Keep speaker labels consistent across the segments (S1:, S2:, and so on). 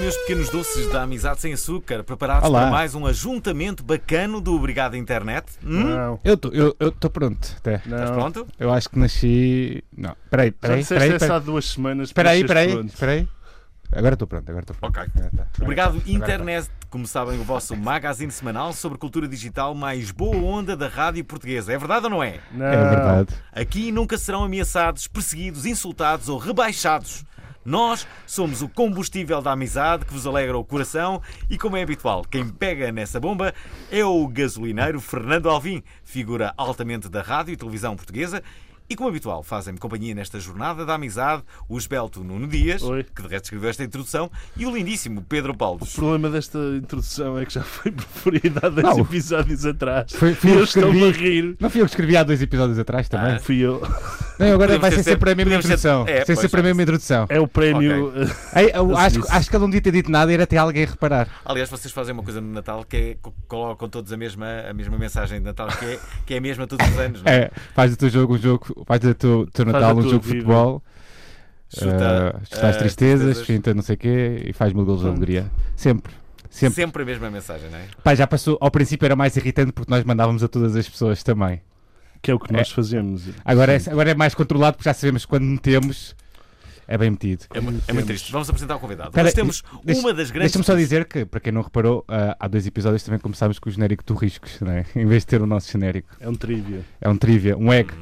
S1: meus pequenos doces da amizade sem açúcar, preparados
S2: Olá.
S1: para mais um ajuntamento bacano do Obrigado Internet? Hum?
S3: Não.
S2: Eu estou eu, eu tô pronto. Até.
S1: Estás
S3: Não.
S1: pronto?
S2: Eu acho que nasci. Não. Peraí,
S3: Já
S2: peraí.
S3: disseste
S2: Peraí,
S3: essa há
S2: peraí.
S3: duas semanas.
S2: Peraí,
S3: para
S2: peraí.
S3: seres pronto.
S2: peraí. Agora estou pronto, agora estou pronto.
S1: Ok.
S2: Agora tá, agora
S1: Obrigado
S2: tá, agora
S1: Internet, como sabem, o vosso magazine semanal sobre cultura digital mais boa onda da rádio portuguesa. É verdade ou não é?
S3: Não.
S2: tá. É verdade.
S1: Aqui nunca serão ameaçados, perseguidos, insultados ou rebaixados. Nós somos o combustível da amizade que vos alegra o coração e, como é habitual, quem pega nessa bomba é o gasolineiro Fernando Alvim, figura altamente da rádio e televisão portuguesa. E, como habitual, fazem-me companhia nesta jornada da amizade o esbelto Nuno Dias,
S3: Oi.
S1: que de resto escreveu esta introdução, e o lindíssimo Pedro Paulos.
S3: O problema desta introdução é que já foi preferida há dois
S2: Não.
S3: episódios atrás.
S2: Foi- fui
S3: e
S2: eu
S3: eu
S2: que
S3: estou a
S2: escrevi.
S3: rir.
S2: Não fui eu que escrevi há dois episódios atrás
S1: Ah.
S2: também.
S3: Fui eu.
S2: Não, agora
S1: Podemos
S2: vai
S1: ter
S2: ser
S1: sempre-
S2: sempre a mesma
S1: podemos ter-
S2: introdução.
S1: É,
S2: Vai ser
S1: pois,
S2: sempre a
S1: é.
S2: mesma introdução.
S3: É o prémio. eh,
S2: Ei, eu acho,
S3: disse.
S2: acho que ele não devia ter dito nada e ir até alguém reparar.
S1: Aliás, vocês fazem uma coisa no Natal que é co- colocam todos a mesma, a mesma mensagem de Natal, que é, que é a mesma todos os anos, não é?
S2: É, faz do teu jogo um jogo, faz do teu, teu
S3: Faz da
S2: Natal um
S3: tua
S2: jogo de
S3: vida.
S2: futebol,
S1: Chuta,
S2: eh, chuta as
S1: eh,
S2: tristezas,
S1: tristezas.
S2: finta não sei o quê e faz mil gols de
S3: Pronto.
S2: alegria. Sempre. Sempre.
S1: Sempre. a mesma mensagem, não é?
S2: Pá, já passou. Ao princípio era mais irritante porque nós mandávamos a todas as pessoas também.
S3: Que é o que nós fazemos.
S2: Agora é, agora é mais controlado porque já sabemos que quando metemos é bem metido.
S1: É, mu- é muito
S3: Temos.
S1: triste. Vamos apresentar o convidado.
S2: Espera,
S1: Nós temos
S2: deixa-
S1: uma das grandes.
S2: Deixa-me só dizer que, para quem não reparou, ah, há dois episódios também começámos com o genérico do Riscos, não é? Em vez de ter o nosso genérico.
S3: É um trivia.
S2: É um trivia, um egg.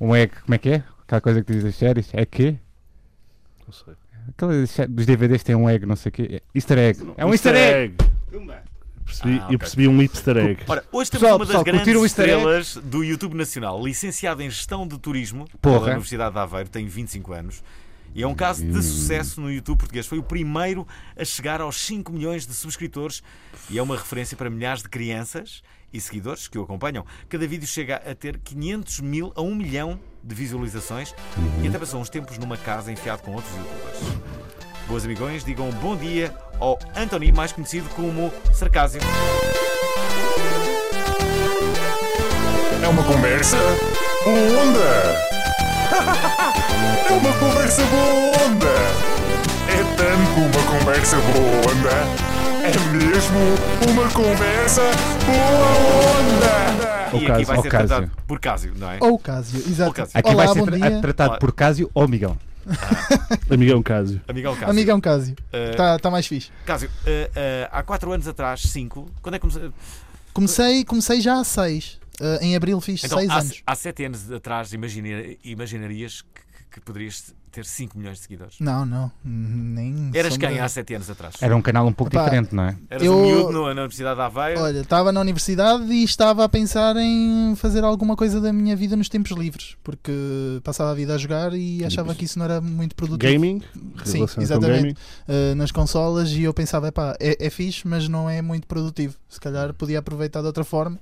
S2: Um egg, como é que é? Aquela coisa que diz as séries. É que?
S3: Não sei.
S2: Aquela sé- dos DVDs tem um egg, não sei o quê. Easter egg. É um easter egg!
S3: Percebi,
S1: Ah,
S3: Eu
S1: ok.
S3: percebi um easter egg.
S1: Ora, hoje temos
S2: Pessoal,
S1: uma das
S2: pessoal,
S1: grandes
S2: curtiram o easter egg?
S1: estrelas do YouTube Nacional, licenciado em Gestão de Turismo pela
S2: Porra. Hum.
S1: Universidade de Aveiro, tem 25 anos. E é um caso de sucesso no YouTube português. Foi o primeiro a chegar aos 5 milhões de subscritores e é uma referência para milhares de crianças e seguidores que o acompanham. Cada vídeo chega a ter 500 mil a 1 milhão de visualizações e até passou uns tempos numa casa enfiado com outros youtubers. Boas amigões, digam bom dia ao Anthony, mais conhecido como Sarcásio.
S4: É uma conversa boa onda! É uma conversa boa onda! É tanto uma conversa boa onda! É mesmo uma conversa boa
S1: E
S4: onda!
S1: aqui
S2: Cássio,
S1: vai
S2: ó
S1: ser
S2: Cássio.
S1: tratado por Cássio, não é?
S5: Ou Cásio, exato.
S1: Ou Cásio.
S2: Aqui
S5: Olá,
S2: vai ser é
S5: bom
S2: tra-
S5: dia.
S2: tratado
S1: Olá.
S2: por Cásio ou Miguel.
S3: Amigão Cásio.
S1: Amigão Cássio.
S5: Amigão Cásio.
S1: Eh,
S5: Está é um tá mais fixe.
S1: Cássio, eh, eh, há 4 anos atrás, 5, quando é que começou?
S5: Comecei, comecei já há seis. Eh, em abril fiz
S1: Então,
S5: seis
S1: há,
S5: anos.
S1: há 7 anos atrás imagina- imaginarias que, que poderias ter 5 milhões de seguidores.
S5: Não, não. Nem.
S1: Eras
S5: sombra.
S1: quem há 7 anos atrás?
S2: Era um canal um pouco
S5: Epá,
S2: diferente, não é?
S1: Eras
S5: eu-
S1: um miúdo no- na Universidade de Aveiro?
S5: Olha, estava na universidade e estava a pensar em fazer alguma coisa da minha vida nos tempos livres, porque passava a vida a jogar e achava que isso não era muito produtivo
S3: Gaming?
S5: Sim,
S3: Relação com
S5: exatamente.
S3: gaming?
S5: eh, nas consolas e eu pensava, epá, é, é fixe, mas não é muito produtivo. Se calhar podia aproveitar de outra forma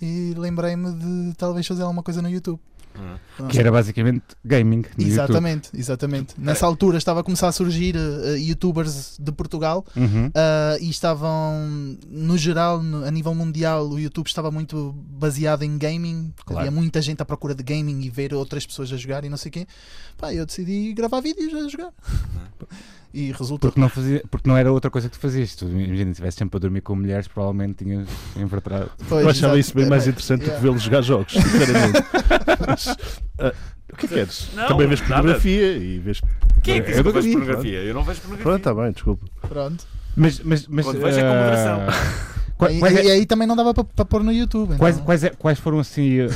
S5: e lembrei-me de talvez fazer alguma coisa no YouTube.
S1: Hum.
S5: Pronto.
S2: Que era basicamente gaming. no YouTube.
S5: Exatamente, exatamente. Nessa altura estava a começar a surgir eh, eh, youtubers de Portugal
S2: Uhum.
S5: ah, e estavam, no geral, no- a nível mundial, o YouTube estava muito baseado em gaming.
S2: Claro.
S5: Havia muita gente à procura de gaming e ver outras pessoas a jogar e não sei o quê. Pá, eu decidi gravar vídeos a jogar. E resultou.
S2: Porque não, fazia, porque não era outra coisa que tu fazias. Tu, imagina, se estivesse sempre a dormir com mulheres, provavelmente tinhas invertebrado.
S5: Pois,
S3: Eu achava
S5: exato.
S3: isso bem
S5: Eh,
S3: mais
S5: bem,
S3: interessante do que
S5: yeah.
S3: vê-lo jogar jogos, sinceramente. Mas, ah, o que é que queres?
S1: Não,
S3: Também vês
S1: nada.
S3: pornografia e vês.
S1: Quem é que disse
S3: Eu
S1: que eu vejo
S3: dormi,
S1: pornografia? Eu não vejo pornografia.
S3: Pronto, está bem, desculpa.
S5: Pronto.
S2: Mas, mas, mas
S1: Quando vejo é com moderação.
S2: ah, qua-
S5: E,
S2: quais, é-
S5: e aí também não dava para para pôr no YouTube. então.
S2: quais- quais é- quais foram assim eh,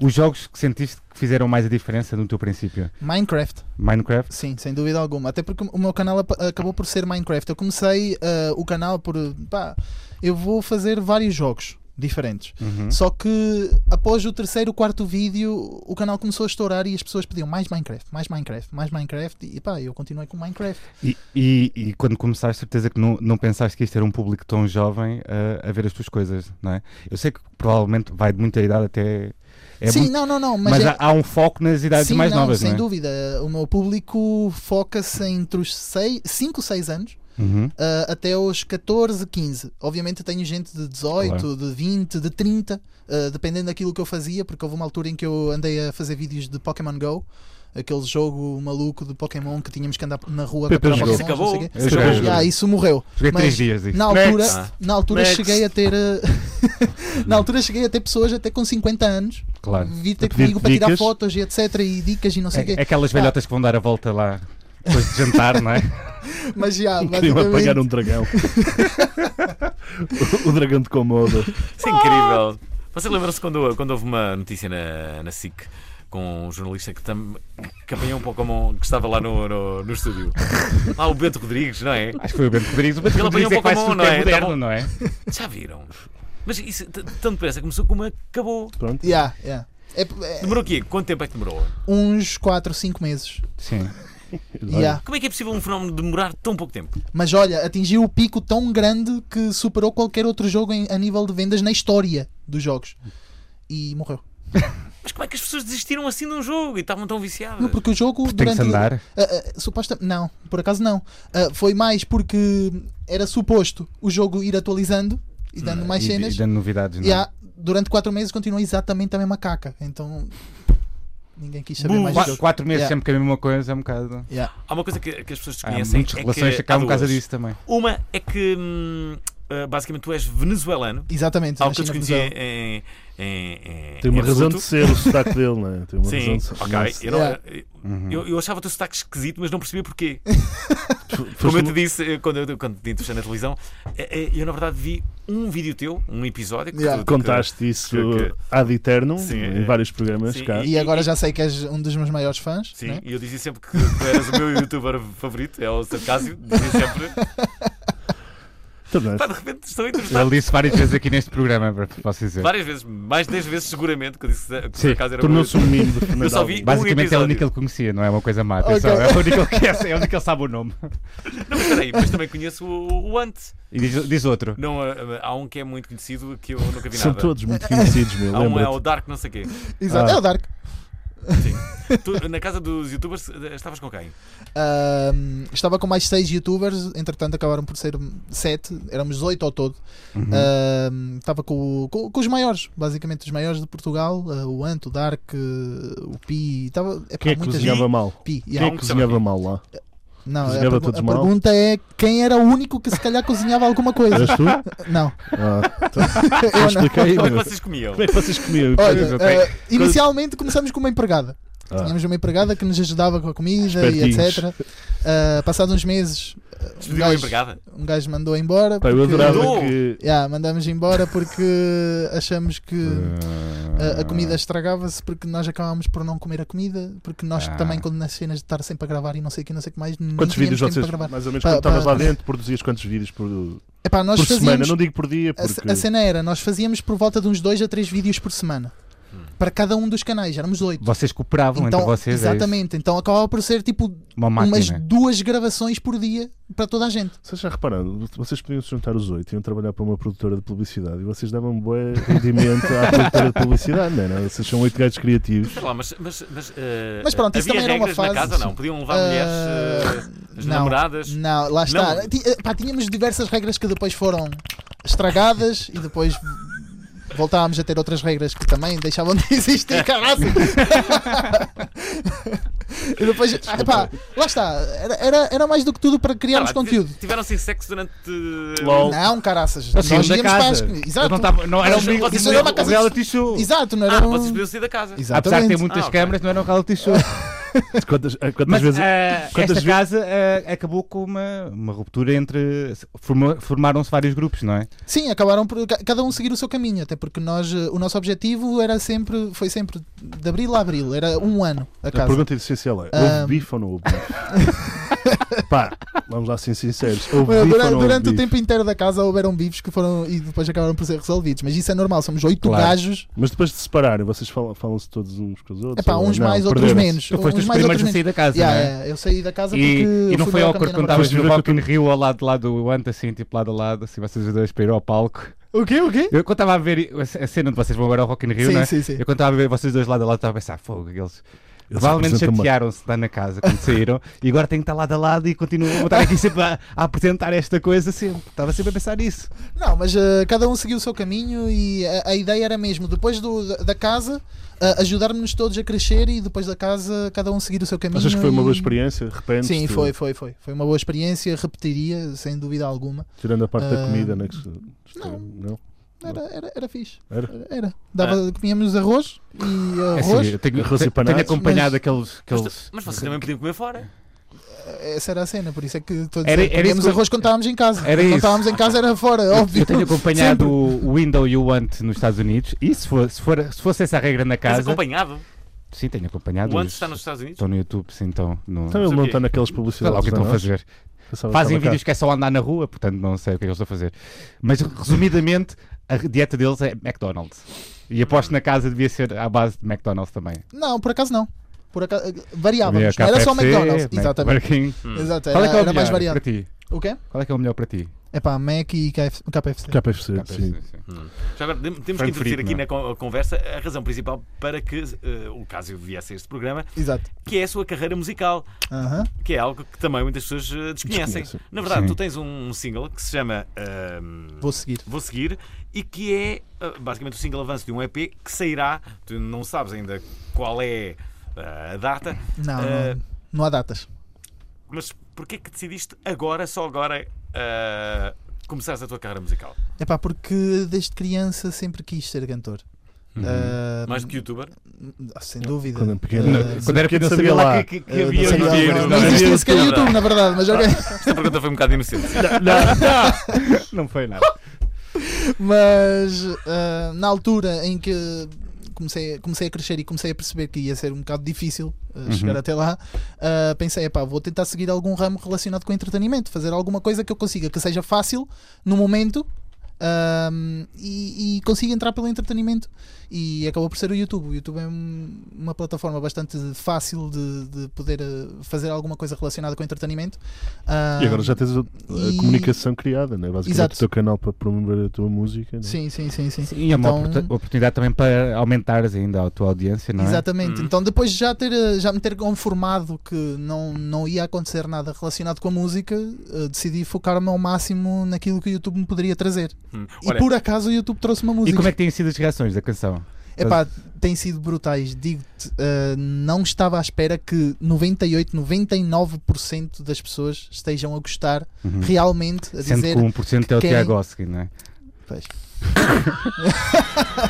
S2: os jogos que sentiste que fizeram mais a diferença no teu princípio?
S5: Minecraft.
S2: Minecraft?
S5: Sim, sem dúvida alguma. Até porque o meu canal ap- acabou por ser Minecraft. Eu comecei ah, o canal por. pá, eu vou fazer vários jogos. diferentes.
S2: Uhum.
S5: Só que após o terceiro, quarto vídeo, o canal começou a estourar e as pessoas pediam mais Minecraft, mais Minecraft, mais Minecraft e pá, eu continuei com Minecraft.
S2: E, e, e quando começaste, certeza que não, não pensaste que isto era um público tão jovem ah, a ver as tuas coisas, não é? Eu sei que provavelmente vai de muita idade até. É
S5: Sim,
S2: muito-
S5: não, não, não, mas,
S2: mas
S5: é-
S2: há, há um foco nas idades
S5: Sim,
S2: mais
S5: não,
S2: novas,
S5: sem
S2: não é?
S5: dúvida. O meu público foca-se entre os 5, 6 anos
S2: Uhum.
S5: ah, até os 14, 15. Obviamente tenho gente de 18,
S2: Claro.
S5: de 20, de 30, ah, dependendo daquilo que eu fazia, porque houve uma altura em que eu andei a fazer vídeos de Pokémon Go. Aquele jogo maluco de Pokémon que tínhamos que andar na rua a
S2: Pepe
S5: capturar
S2: jogou.
S5: Pokémons, não sei o quê.
S2: Eu joguei,
S1: Acabou.
S2: joguei.
S5: Ah, isso morreu.
S2: Joguei
S5: Mas
S2: é três dias disso.
S5: Na altura,
S1: Next.
S5: na altura
S3: Next.
S5: cheguei a ter eh, na altura cheguei a ter pessoas até com 50 anos
S2: Claro. Tipo,
S5: vi ter
S3: A pedir
S5: comigo para tirar
S3: dicas.
S5: fotos e etc e dicas e não sei o quê. Ah.
S2: É, aquelas velhotas que vão dar a volta lá depois de jantar, não é?
S5: Mas já,
S3: Queriam
S5: basicamente,
S3: apanhar um dragão. o dragão de Komodo.
S1: Isso é incrível. Você lembra-se quando, quando houve uma notícia na, na SIC com um jornalista que, tam, que apanhou um Pokémon que estava lá no, no, no estúdio? Lá o Bento Rodrigues, não é?
S2: Acho que foi o Bento Rodrigues. O Bento
S1: Ele apanhou
S2: Rodrigues é
S1: um
S2: que faz
S1: Pokémon,
S2: tudo
S1: não
S2: que
S1: é?
S2: é moderno,
S1: Tá bom.
S2: não é?
S1: Já viram? Mas isso t- tão depressa começou como acabou.
S3: Pronto.
S5: já, já. É, é,
S1: Demorou o quê? Quanto tempo é que demorou?
S5: uns 4, 5 meses.
S2: Sim.
S5: já.
S1: Como é que é possível um fenómeno demorar tão pouco tempo?
S5: Mas olha, atingiu o pico tão grande que superou qualquer outro jogo em- a nível de vendas na história dos jogos. E morreu.
S1: Mas como é que as pessoas desistiram assim de um jogo e estavam tão viciadas?
S5: Não, porque o jogo
S2: Tem que se
S5: durante.
S2: andar.
S5: Ah, ah, suposta... Não, por acaso não. Ah, foi mais porque era suposto o jogo ir atualizando e dando mais
S2: Hum, e,
S5: cenas.
S2: e dando novidades, não é?
S5: E há- durante 4 meses continua exatamente a mesma caca. Então ninguém quis saber
S1: Bum,
S5: É mais do
S2: Qua-
S5: jogo.
S2: Quatro meses
S5: Yeah.
S2: sempre que é a mesma coisa é um bocado.
S5: Yeah.
S1: Há uma coisa que, que as pessoas
S2: Há
S1: desconhecem.
S2: muitas relações que
S1: é que há
S2: acabam por causa
S1: duas.
S2: disso também.
S1: Uma é que, hum, ah, basicamente, tu és venezuelano.
S5: Exatamente.
S1: Algo
S5: na
S1: que eu
S5: China
S1: desconhecia
S5: Venezuela.
S1: em, em- em-
S3: Tem uma
S1: em
S3: razão
S1: absoluto.
S3: de ser o sotaque dele, não é? Tem uma
S1: Sim,
S3: razão de ser. Uhum.
S1: ok. Eu, não-
S5: Yeah.
S1: eu- eu achava o teu sotaque esquisito, mas não percebia porquê.
S3: Foste
S1: Como eu te
S3: uma-
S1: disse eh, quando, eu- quando te entrevistei na televisão, eh, eh, eu na verdade vi um vídeo teu, um episódio. que
S5: Yeah.
S1: tu- que-
S3: Contaste isso
S1: que-
S3: ad eternum
S1: Sim,
S3: em
S1: é.
S3: vários programas
S1: Sim,
S3: cá.
S1: e-
S5: E agora já sei que és um dos meus maiores fãs.
S1: Sim,
S5: né?
S1: e eu dizia sempre que tu eras o meu youtuber favorito, é o Sarcásio. Dizia sempre.
S3: Também.
S1: Pá, de repente estou entrevistado
S2: Ele disse várias vezes aqui neste programa, bro, posso dizer.
S1: várias vezes, mais de 10 vezes seguramente, que eu disse que o Sarcásio
S2: Sim,
S1: era o meu.
S3: Tornou-se um meme de Fernando
S1: Eu só vi-
S3: Alvim.
S2: Basicamente é o
S1: episódio.
S2: único que ele conhecia, não é uma coisa má.
S5: Ok.
S2: atenção, É o único que ele conhece, é o único que ele sabe o nome.
S1: Não, mas peraí, mas também conheço o, o Ant.
S2: E diz, diz outro.
S1: Não, ah, há um que é muito conhecido que eu nunca vi
S3: São
S1: nada.
S3: todos muito conhecidos, meu.
S1: Há um é
S3: lembra-te.
S1: o Dark, não sei o quê.
S5: Exato.
S3: Ah.
S5: É o Dark.
S1: Tu, na casa dos youtubers eh, estavas com quem?
S5: Ahm, estava com mais 6 youtubers, entretanto acabaram por ser 7, éramos 8 ao todo.
S3: Uhum.
S5: Ahm, estava com, o- com- com os maiores, basicamente os maiores de Portugal, ah, o Anto, o Dark, ah, o Pi, estava é
S3: Quem é que
S5: muita
S3: cozinhava mal?
S5: gente. Pi,
S3: Quem
S1: um
S5: yeah.
S3: é que cozinhava mal lá?
S5: Não, a,
S3: cozinhava
S5: pergu-
S3: todos
S5: a
S3: mal?
S5: pergunta é quem era o único que se calhar cozinhava alguma coisa.
S3: Eras tu?
S5: Não,
S3: Ah,
S5: eu não.
S3: expliquei.
S1: Como é que
S3: meu.
S1: vocês comiam?
S3: Como é que vocês comiam?
S5: Olha,
S2: Eu
S5: ah,
S2: tenho-
S5: inicialmente começamos com uma empregada.
S3: Ah.
S5: Tínhamos uma empregada que nos ajudava com a comida e
S3: Espertinhos.
S5: etc. Ah, passados uns meses,
S1: Despediram a
S5: Gajo-
S1: empregada?
S5: um gajo mandou embora.
S3: Pá, eu
S5: porque-
S3: adorava
S1: Não.
S3: que.
S5: Yeah, mandamos embora porque achamos que Eh, a, a comida estragava-se porque nós acabámos por não comer a comida, porque nós
S2: Ah.
S5: também quando nas cenas de estar sempre a gravar e não sei o que, não sei o que mais, nem
S3: Quantos
S5: tínhamos
S3: vídeos
S5: tempo
S3: vocês,
S5: para gravar.
S3: mais ou menos,
S5: Pá,
S3: quando estavas
S5: pá.
S3: lá dentro, produzias quantos vídeos por,
S5: Epá, nós
S3: por semana?
S5: fazíamos,
S3: Não digo por dia,
S5: a ce-
S3: porque.
S5: a, cena era, nós fazíamos por volta de uns dois a três vídeos por semana.
S3: Hum.
S5: Para cada um dos canais, éramos oito. Então,
S2: Vocês cooperavam entre vocês, é isso?
S5: exatamente, então acabava por ser tipo
S2: Uma
S5: umas
S2: máquina.
S5: duas gravações por dia para toda a gente.
S3: Vocês já repararam, vocês podiam se juntar os oito, iam trabalhar para uma produtora de publicidade e vocês davam um bom rendimento à produtora de publicidade, não é? Não? Vocês são oito gajos criativos.
S1: Sei lá, mas, mas, mas, eh,
S5: Mas pronto,
S1: havia
S5: isso também era uma
S1: regras
S5: fase.
S1: na casa, não? Podiam levar mulheres, eh,
S5: Ah,
S1: as
S5: não.
S1: namoradas.
S5: Não, lá está.
S1: Não.
S5: Ti- eh, pá, tínhamos diversas regras que depois foram estragadas e depois voltávamos a ter outras regras que também deixavam de existir, caralho. e depois, ah, pá, lá está. Era, era, era mais do que tudo para criarmos
S1: Sei lá,
S5: conteúdo.
S1: tive- Tiveram sem
S6: assim
S1: sexo durante. eh,
S3: LOL.
S5: Não, caraças.
S2: Assim,
S5: nós
S2: da
S5: íamos para
S2: casa.
S5: as...
S2: Eu
S5: Exato.
S2: Não, tava- não era um,
S1: Mas
S2: mini-
S1: vocês
S2: um
S5: eram uma casa-
S2: reality show.
S5: Exato, não era
S1: Ah,
S5: um...
S1: vocês podiam sair da casa.
S2: Apesar de ter
S5: Exatamente.
S2: muitas
S1: Ah, ok.
S2: câmaras, não era um reality show.
S3: Quantas, eh, quantas
S2: Mas
S3: vezes.
S2: ah,
S3: quantas
S2: esta
S3: vezes-
S2: casa ah, acabou com uma, uma ruptura entre. formou- Formaram-se vários grupos, não é?
S5: Sim, acabaram por ca- cada um seguir o seu caminho, até porque nós, eh, o nosso objetivo era sempre, foi sempre de abril a abril, era um ano a
S3: A
S2: Então,
S5: casa.
S3: pergunta essencial é:
S5: Ah.
S3: houve bife ou não houve bife? Pá, vamos lá ser sinceros. Houve
S5: Olha,
S3: bife ou
S5: dura-
S3: não houve
S5: durante o
S3: um bife?
S5: tempo inteiro da casa houveram bifes que foram e depois acabaram por ser resolvidos, mas isso é normal, somos oito
S2: Claro.
S5: gajos,
S3: Mas depois de se separarem, vocês falam- falam-se todos uns com os outros?
S5: é pá,
S3: ou
S5: uns
S3: não?
S5: mais, outros
S3: Perderam-se.
S5: menos.
S2: Tu foste
S5: uns
S2: os
S5: mais,
S2: primeiros
S5: outros
S2: a
S5: menos.
S2: sair da casa,
S5: Yeah,
S2: não é?
S5: yeah, eu saí da casa
S2: E,
S5: porque
S2: e não
S5: fui
S2: foi
S5: morar
S2: ao acordo
S5: com a minha
S2: quando
S5: namorada.
S2: estavas no Rock in Rio ao lado, lá do Anta, assim, tipo lado a lado, assim, vocês os dois para ir ao palco.
S5: O quê? O quê?
S2: Eu quando estava a ver a a cena onde vocês vão agora ao Rock in Rio,
S5: sim,
S2: não é?
S5: sim, sim.
S2: Eu quando estava a ver vocês dois lado a lado, estava a pensar, fogo, eles provavelmente
S3: representam-me.
S2: chatearam-se lá na casa quando saíram e agora têm que estar lado a lado e continuam a estar aqui sempre a, a apresentar esta coisa sempre. Estava sempre a pensar nisso.
S5: Não, mas eh, cada um seguiu o seu caminho e a, a ideia era mesmo, depois do- da- da casa, eh, ajudarmos-nos todos a crescer e depois da casa, cada um seguir o seu caminho.
S3: Achas que foi uma boa
S5: e-
S3: experiência? Repente,
S5: Sim, foi, foi, foi. Foi uma boa experiência, repetiria, sem dúvida alguma.
S3: Tirando a parte da
S5: Ah,
S3: comida, né? Que se-
S5: não. Ah,
S3: não.
S5: Era, era, era fixe.
S3: Era?
S5: Era. Dava, Comíamos arroz e
S2: Ah. É
S5: arroz.
S2: assim, eu tenho,
S3: Arroz e
S2: tenho
S3: panados.
S2: acompanhado
S5: Mas-
S2: aqueles. aqueles...
S6: Mas vocês também podiam comer fora.
S5: Essa era a cena, por isso é que todos
S2: Era-
S5: era,
S2: era isso
S5: comíamos
S2: que eu-
S5: arroz quando estávamos em casa.
S2: Era
S5: quando
S2: isso.
S5: estávamos em casa era fora, É óbvio.
S2: Eu tenho acompanhado o Window You Want nos Estados Unidos e se, for, se, for- se fosse essa a regra na
S6: Mas
S2: casa.
S6: acompanhado.
S2: Sim, tenho acompanhado.
S6: O
S2: os-
S6: Antes está nos Estados Unidos.
S2: Estão no YouTube, sim, então. No...
S3: Então ele
S6: Mas
S3: não
S6: o quê?
S3: está naquelas
S2: Sei
S3: publicidades.
S2: lá o que
S5: então
S2: estão a
S3: não é?
S2: fazer.
S3: Pensava que
S2: Fazem
S3: estava cá.
S2: vídeos que é só andar na rua, portanto não sei o que é que eles estão a fazer. Mas resumidamente, a dieta deles é McDonald's. E aposto que na casa devia ser à base de McDonald's também.
S5: Não, por acaso não. Por acaso,
S2: Havia
S5: variávamos. Não Ah, era só
S2: KFC,
S5: McDonald's.
S2: Mac-
S5: Exatamente.
S2: Burger King.
S6: Hum.
S5: Exato,
S2: Qual é que
S5: era,
S2: é o
S5: era mais
S2: melhor para
S5: variado.
S2: ti?
S5: O quê?
S2: Qual é que é o melhor para ti?
S5: É pá, Mac e KF, KFC.
S3: KFC, sim.
S2: Sim, sim.
S6: Hum. Já agora tem- temos que
S2: Frank
S6: introduzir
S2: Fried,
S6: aqui
S2: não.
S6: na con- conversa a razão principal para que eh, o caso viesse a este programa,
S5: Exato.
S6: que é a sua carreira musical,
S5: Aham.
S6: que é algo que também muitas pessoas eh, desconhecem.
S3: Desconhecem.
S6: Na verdade,
S2: Sim.
S6: tu tens um single que se chama ehm, ahm,
S5: Vou seguir.
S6: Vou Seguir e que é ah, basicamente o single avanço de um EP que sairá, tu não sabes ainda qual é ah, a data,
S5: Não,
S6: Eh,
S5: não, não há datas.
S6: mas porquê que decidiste agora, só agora, ah, começares a tua carreira musical?
S5: É pá, porque desde criança sempre quis ser cantor. Ah,
S6: Mais do que youtuber?
S5: ah, sem dúvida.
S3: Quando era pequeno.
S5: Ah,
S3: Não,
S2: Uhum. Quando era pequeno,
S3: Quem
S2: eu
S3: sabia
S2: sabia lá
S3: lá?
S2: que, que- que
S5: eh,
S2: havia
S5: não sei lá,
S2: vídeos,
S5: não,
S2: não
S5: não
S2: é?
S5: existia
S6: Havia
S5: sequer
S6: YouTube.
S5: YouTube, na verdade, mas ok.
S6: Esta pergunta foi um bocado inocente.
S2: Não foi nada.
S5: Mas ah, na altura em que comecei, comecei a crescer e comecei a perceber que ia ser um bocado difícil ah, chegar até lá, ah, pensei, epá, vou tentar seguir algum ramo relacionado com entretenimento, fazer alguma coisa que eu consiga, que seja fácil no momento. ah, e, e consiga entrar pelo entretenimento e acabou por ser o YouTube. O YouTube é um- uma plataforma bastante fácil de, de poder ah, fazer alguma coisa relacionada com entretenimento. Ah,
S3: E agora já tens a, a
S5: E-
S3: comunicação criada, né? Basicamente
S5: Exato.
S3: o teu canal para promover a tua música. Né?
S5: Sim, sim, sim, sim.
S2: E é uma
S5: Então-
S2: oportu- oportunidade também para aumentares ainda a tua audiência, não é?
S5: Exatamente.
S6: Hum.
S5: Então, depois de já, ter, eh, já me ter conformado que não, não ia acontecer nada relacionado com a música, eh, decidi focar-me ao máximo naquilo que o YouTube me poderia trazer.
S6: Hum.
S5: e por acaso o YouTube trouxe uma
S2: E
S5: música.
S2: como é que têm sido as reações da canção?
S5: Epá, tem sido brutais. Digo-te, eh, não estava à espera que 98, 99% das pessoas estejam a gostar
S2: Uhum.
S5: realmente, a
S2: Sendo
S5: dizer.
S2: que 1% é o
S5: que
S2: Tiago
S5: querem-
S2: Oski, não é?
S5: Pois.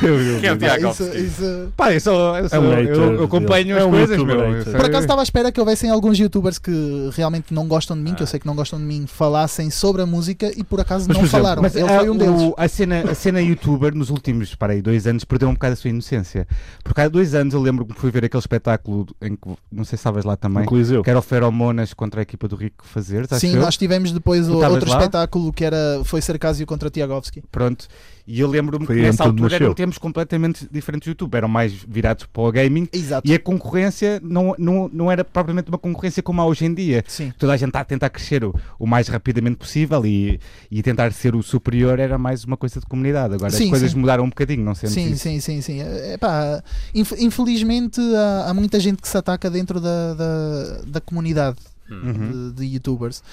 S2: Eu- eu-
S6: Quem é o
S2: eu-
S6: Tiago?
S5: Isso- isso-
S2: Pá, eu sou. Eu, sou-
S3: É um
S2: eu-
S3: hater
S2: eu acompanho
S3: dele.
S2: as
S3: É um
S2: coisas,
S3: youtuber
S2: meu.
S3: hater.
S2: Eu sei-
S5: Por acaso estava à espera que houvessem alguns youtubers que realmente não gostam de mim, que eu sei que não gostam de mim, falassem sobre a música e por acaso
S3: Mas,
S5: não
S3: por exemplo,
S5: falaram.
S2: Ah. Mas
S5: Ele
S2: a,
S5: foi um deles.
S2: o- a cena, a cena youtuber nos últimos para aí, dois anos perdeu um bocado a sua inocência. Porque há dois anos eu lembro que fui ver aquele espetáculo em que não sei se estavas lá também,
S3: No Coliseu.
S2: que era o Feromonas contra a equipa do Rico fazer, acho
S5: Sim,
S2: eu.
S5: nós tivemos depois
S2: Tu
S5: o-
S2: estavas
S5: outro
S2: lá?
S5: espetáculo que era foi Sarcásio contra Tiagovski.
S2: Pronto, e eu lembro-me que
S3: Foi aí
S2: nessa
S3: onde tudo
S2: altura eram
S3: nasceu.
S2: tempos completamente diferentes do YouTube, eram mais virados para o gaming
S5: Exato.
S2: e a concorrência não, não, não era propriamente uma concorrência como há hoje em dia.
S5: Sim.
S2: Toda a gente está a tentar crescer o, o mais rapidamente possível e, e tentar ser o superior era mais uma coisa de comunidade. Agora as
S5: Sim,
S2: coisas
S5: sim.
S2: mudaram um bocadinho, não sendo
S5: Sim,
S2: isso.
S5: sim, sim, sim. É, pá, inf- infelizmente há, há muita gente que se ataca dentro da, da, da comunidade
S2: Uhum.
S5: de, de youtubers.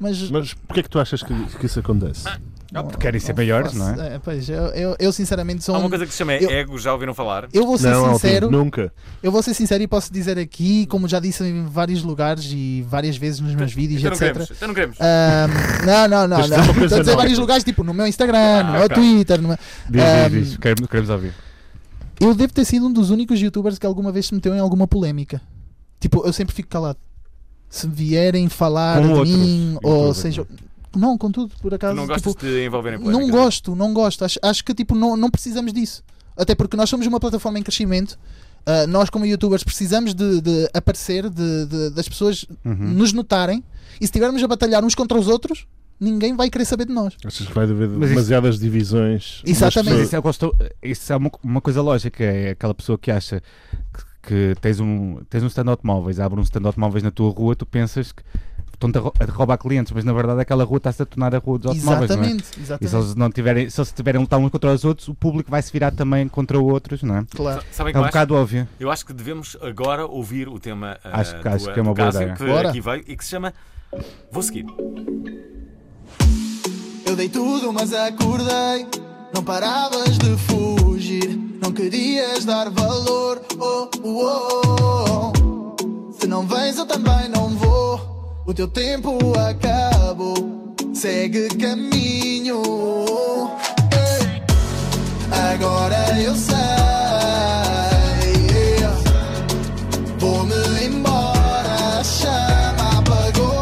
S5: Mas,
S3: Mas porquê é que tu achas que, que isso acontece?
S2: Ah,
S5: não-
S2: porque querem ser
S5: não
S2: maiores,
S5: faço- É,
S2: não é?
S5: pois, eu, eu, eu sinceramente sou
S6: Há uma
S5: um-
S6: coisa que se chama
S5: eu-
S6: ego, já ouviram falar? Então
S5: Eu vou ser
S2: é
S3: não, Alvin,
S5: sincero,
S3: nunca.
S5: Eu vou ser sincero e posso dizer aqui, como já disse em vários lugares e várias vezes nos meus vídeos,
S6: Então não queremos.
S5: etc.
S6: Então não queremos.
S5: Ahm, não, não, não,
S3: Tens de dizer uma
S5: não.
S3: coisa
S5: Estou a dizer
S3: nova.
S5: vários lugares, tipo no meu Instagram, no meu
S6: Ah, ok.
S5: Twitter. no meu-
S2: Diz,
S5: Ah,
S2: diz, diz. Queremos, queremos ouvir.
S5: Eu devo ter sido um dos únicos youtubers que alguma vez se meteu em alguma polémica. Tipo, eu sempre fico calado. Se vierem falar
S2: Com
S5: de
S2: outros
S5: mim, ou
S2: youtubers,
S5: seja. Não, contudo, por
S6: Tu
S5: acaso.
S6: não
S5: tipo,
S6: gostas de te envolver
S2: É
S6: em é? polémica?
S5: Não gosto, não gosto. Acho, acho que tipo, não, não precisamos disso. Até porque nós somos uma plataforma em crescimento. Ah, nós, como youtubers, precisamos de, de aparecer, de, de- das pessoas
S2: Uhum.
S5: nos notarem. E se estivermos a batalhar uns contra os outros, ninguém vai querer saber de nós.
S3: Achas que vai haver
S2: Mas isso-
S3: demasiadas divisões? das
S5: Exatamente.
S2: Mas
S3: pessoas?
S2: isso é, o que eu estou- isso é uma, uma coisa lógica, é aquela pessoa que acha que, que tens um, tens um stand de automóveis, abre um stand de automóveis na tua rua, tu pensas que estão-te a rou- a roubar clientes, mas na verdade aquela rua está-se a tornar a rua dos automóveis, não é?
S5: exatamente,
S2: E se
S5: exatamente.
S2: eles, não tiverem, se eles tiverem a lutar uns contra os outros, o público vai se virar também contra outros, não é?
S5: Claro.
S1: Sabem
S2: É
S1: que
S2: um
S1: eu, acho,
S2: bocado óbvio.
S1: eu acho que devemos agora ouvir o tema ah,
S2: Acho que-
S1: do-
S2: acho que é uma
S1: do
S2: boa
S1: Cássio,
S2: ideia.
S1: que
S5: Bora.
S1: aqui veio e que se chama Vou seguir.
S5: Eu dei tudo, mas acordei. Não paravas de fugir. Não querias dar valor. Oh, oh, oh. Se não vens, eu também não vou. O teu tempo acabou. Segue caminho. Ei, Agora eu sei. yeah. Vou-me embora. A chama apagou.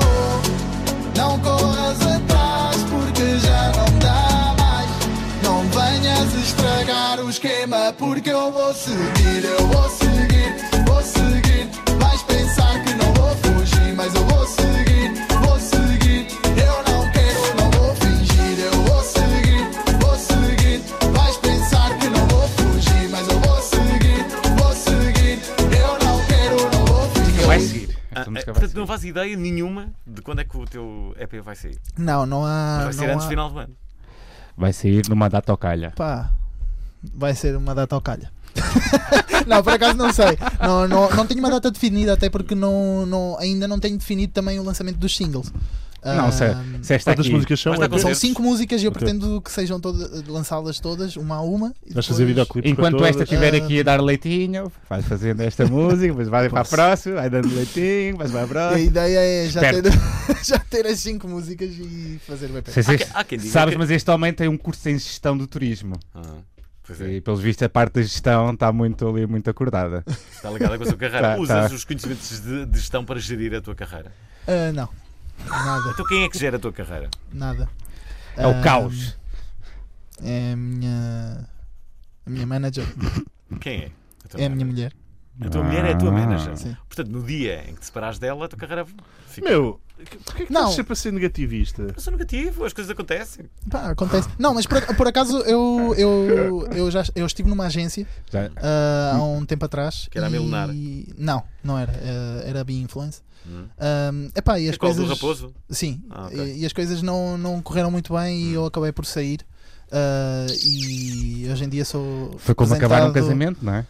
S5: Não corras atrás porque já não dá mais. Não venhas estragar o esquema porque eu vou seguir, eu vou seguir, vou seguir. Vais pensar que não vou fugir, mas eu vou seguir, vou seguir. Eu não quero, não vou fingir, eu vou seguir, vou seguir. Vais pensar que não vou fugir, mas eu vou seguir, vou seguir. Eu não quero, não vou fingir.
S2: Vai seguir.
S1: Ah,
S2: Esta
S1: ah,
S2: música vai
S1: portanto,
S2: seguir.
S1: não faz ideia nenhuma de quando é que o teu EP vai sair.
S5: Não, Ah, não há.
S1: vai ser antes do final do ano.
S2: Vai sair numa data ao calha.
S5: Pá, vai ser uma data ao calha. não, por acaso não sei. Não, não, não tenho uma data definida, até porque não, não, ainda não tenho definido também o lançamento dos singles. Ah,
S2: Não, se, é,
S5: Ahm,
S2: se esta
S3: Quantas
S2: aqui...
S3: músicas são?
S1: Mas dá
S3: É
S1: com
S3: dois?
S5: São
S1: Concertos?
S5: cinco músicas e eu
S3: Ok.
S5: pretendo que sejam todas- lançá-las todas, uma a uma. e
S3: Vais
S5: depois-
S3: fazer videoclipes para
S2: Enquanto esta
S3: todas?
S2: estiver aqui a dar leitinho, vais fazendo esta música, depois vai para a próxima, vai dando leitinho, vais para a
S5: A
S2: próxima.
S5: ideia é já ter,
S2: Esperto.
S5: já ter as cinco músicas e fazer o EP.
S2: Sei,
S1: Há,
S2: sei,
S1: que- há quem diga.
S2: sabes,
S1: que...
S2: mas este homem tem um curso em gestão do turismo.
S1: Ah, pois é,
S2: E pelos vistos a parte da gestão está muito ali, muito acordada.
S1: está ligada com a tua carreira.
S2: Tá,
S1: Usas
S2: tá.
S1: os conhecimentos de, de gestão para gerir a tua carreira.
S5: Ah, não, nada,
S1: Então quem é que gera a tua carreira?
S5: nada.
S2: É o
S5: Ahm,
S2: caos.
S5: É a minha, a minha manager,
S1: Quem é? A tua
S5: é a minha mulher.
S1: A tua mulher é a tua
S2: Ah.
S1: manager.
S5: Sim.
S1: Portanto, no dia em que te separares dela, a tua carreira fica.
S3: Meu, que- porquê é que
S5: Não.
S3: estás sempre a ser negativista?
S1: Eu sou negativo, as coisas acontecem.
S5: Pá, acontece. Não, mas por, por acaso eu, eu, eu já eu estive numa agência
S2: Já-
S5: ah, há um tempo atrás.
S1: Que era a Milenar.
S5: e... Não, não era. ah, era a Be-Influence.
S1: Hum.
S5: epá, e
S1: É
S5: as
S1: qual
S5: coisas.
S1: do raposo?
S5: Sim,
S1: Ah, ok. Hum.
S5: e, e as coisas não, não correram muito bem e eu acabei por sair. Ah, e hoje em dia sou.
S2: Foi como acabar um
S5: representado-
S2: casamento, não é?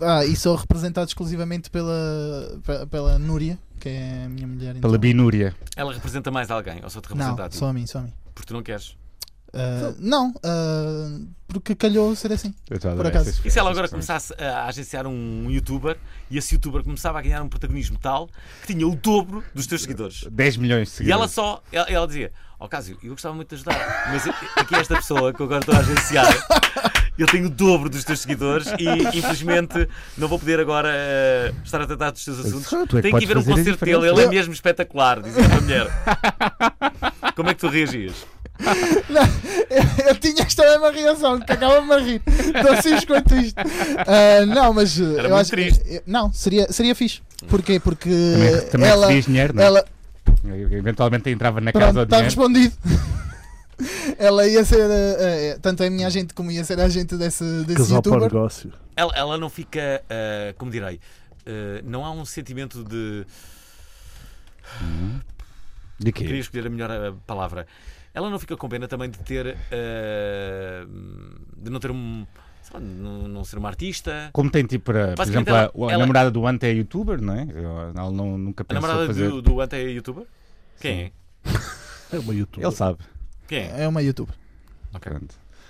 S5: Ah, e sou representado exclusivamente pela, pe- pela Núria, que é a minha mulher.
S2: Pela
S5: então.
S2: binúria.
S1: Ela representa mais alguém, ou só te representa a
S5: Não,
S1: ti?
S5: só a mim, só a mim.
S1: Porque tu não queres.
S5: Ah, não, ah, porque calhou ser assim.
S2: Eu estou a
S5: Por
S2: adorar
S5: acaso.
S2: essas-
S1: E se ela agora
S2: essas questões.
S1: começasse a agenciar um youtuber e esse youtuber começava a ganhar um protagonismo tal que tinha o dobro dos teus seguidores?
S2: 10 milhões de
S1: E ela
S2: seguidores.
S1: só, ela, ela dizia: Ó Cásio, eu gostava muito de ajudar, mas aqui esta pessoa que eu agora estou a agenciar, eu tenho o dobro dos teus seguidores e infelizmente não vou poder agora eh, estar a tratar dos teus assuntos.
S2: Só tu é que
S1: Tem que ir
S2: podes
S1: ver um
S2: fazer a
S1: concerto dele,
S2: diferença.
S1: ele é mesmo espetacular, dizia a mulher. Como é que tu reagias?
S5: Eu, eu tinha esta mesma reação, que acaba-me a rir. Estou simples quanto isto. Ah, não, mas. uh, eu
S1: muito
S5: acho
S1: triste.
S5: Que, eu- não, seria, seria fixe. Porquê? Porque
S2: Também, também
S5: Eh, ela.
S2: recebias dinheiro, não é?
S5: ela
S2: Eventualmente entrava na
S5: pronto,
S2: casa
S5: está
S2: do dinheiro.
S5: respondido. ela ia ser. ah, ah, tanto a minha agente como ia ser a agente desse, desse
S3: Casal para o
S5: youtuber.
S3: negócio.
S1: Ela, ela não fica, eh, como direi, eh, não há um sentimento de.
S2: De
S1: Queria
S2: quê?
S1: escolher a melhor eh, palavra. Ela não fica com pena também de ter. eh, de não ter um. sei lá, de não, não ser uma artista.
S2: Como tem tipo, para, por
S1: Basicamente
S2: exemplo, a,
S1: ela-
S2: a
S1: ela- namorada
S2: namorada do Ante é youtuber, não é? Ela não, nunca
S1: A
S2: pensou
S1: namorada
S2: fazer.
S1: do, do Ante é youtuber? Quem é?
S3: É uma youtuber.
S2: Ele sabe.
S1: Quem é?
S2: Ah.
S5: É uma youtuber.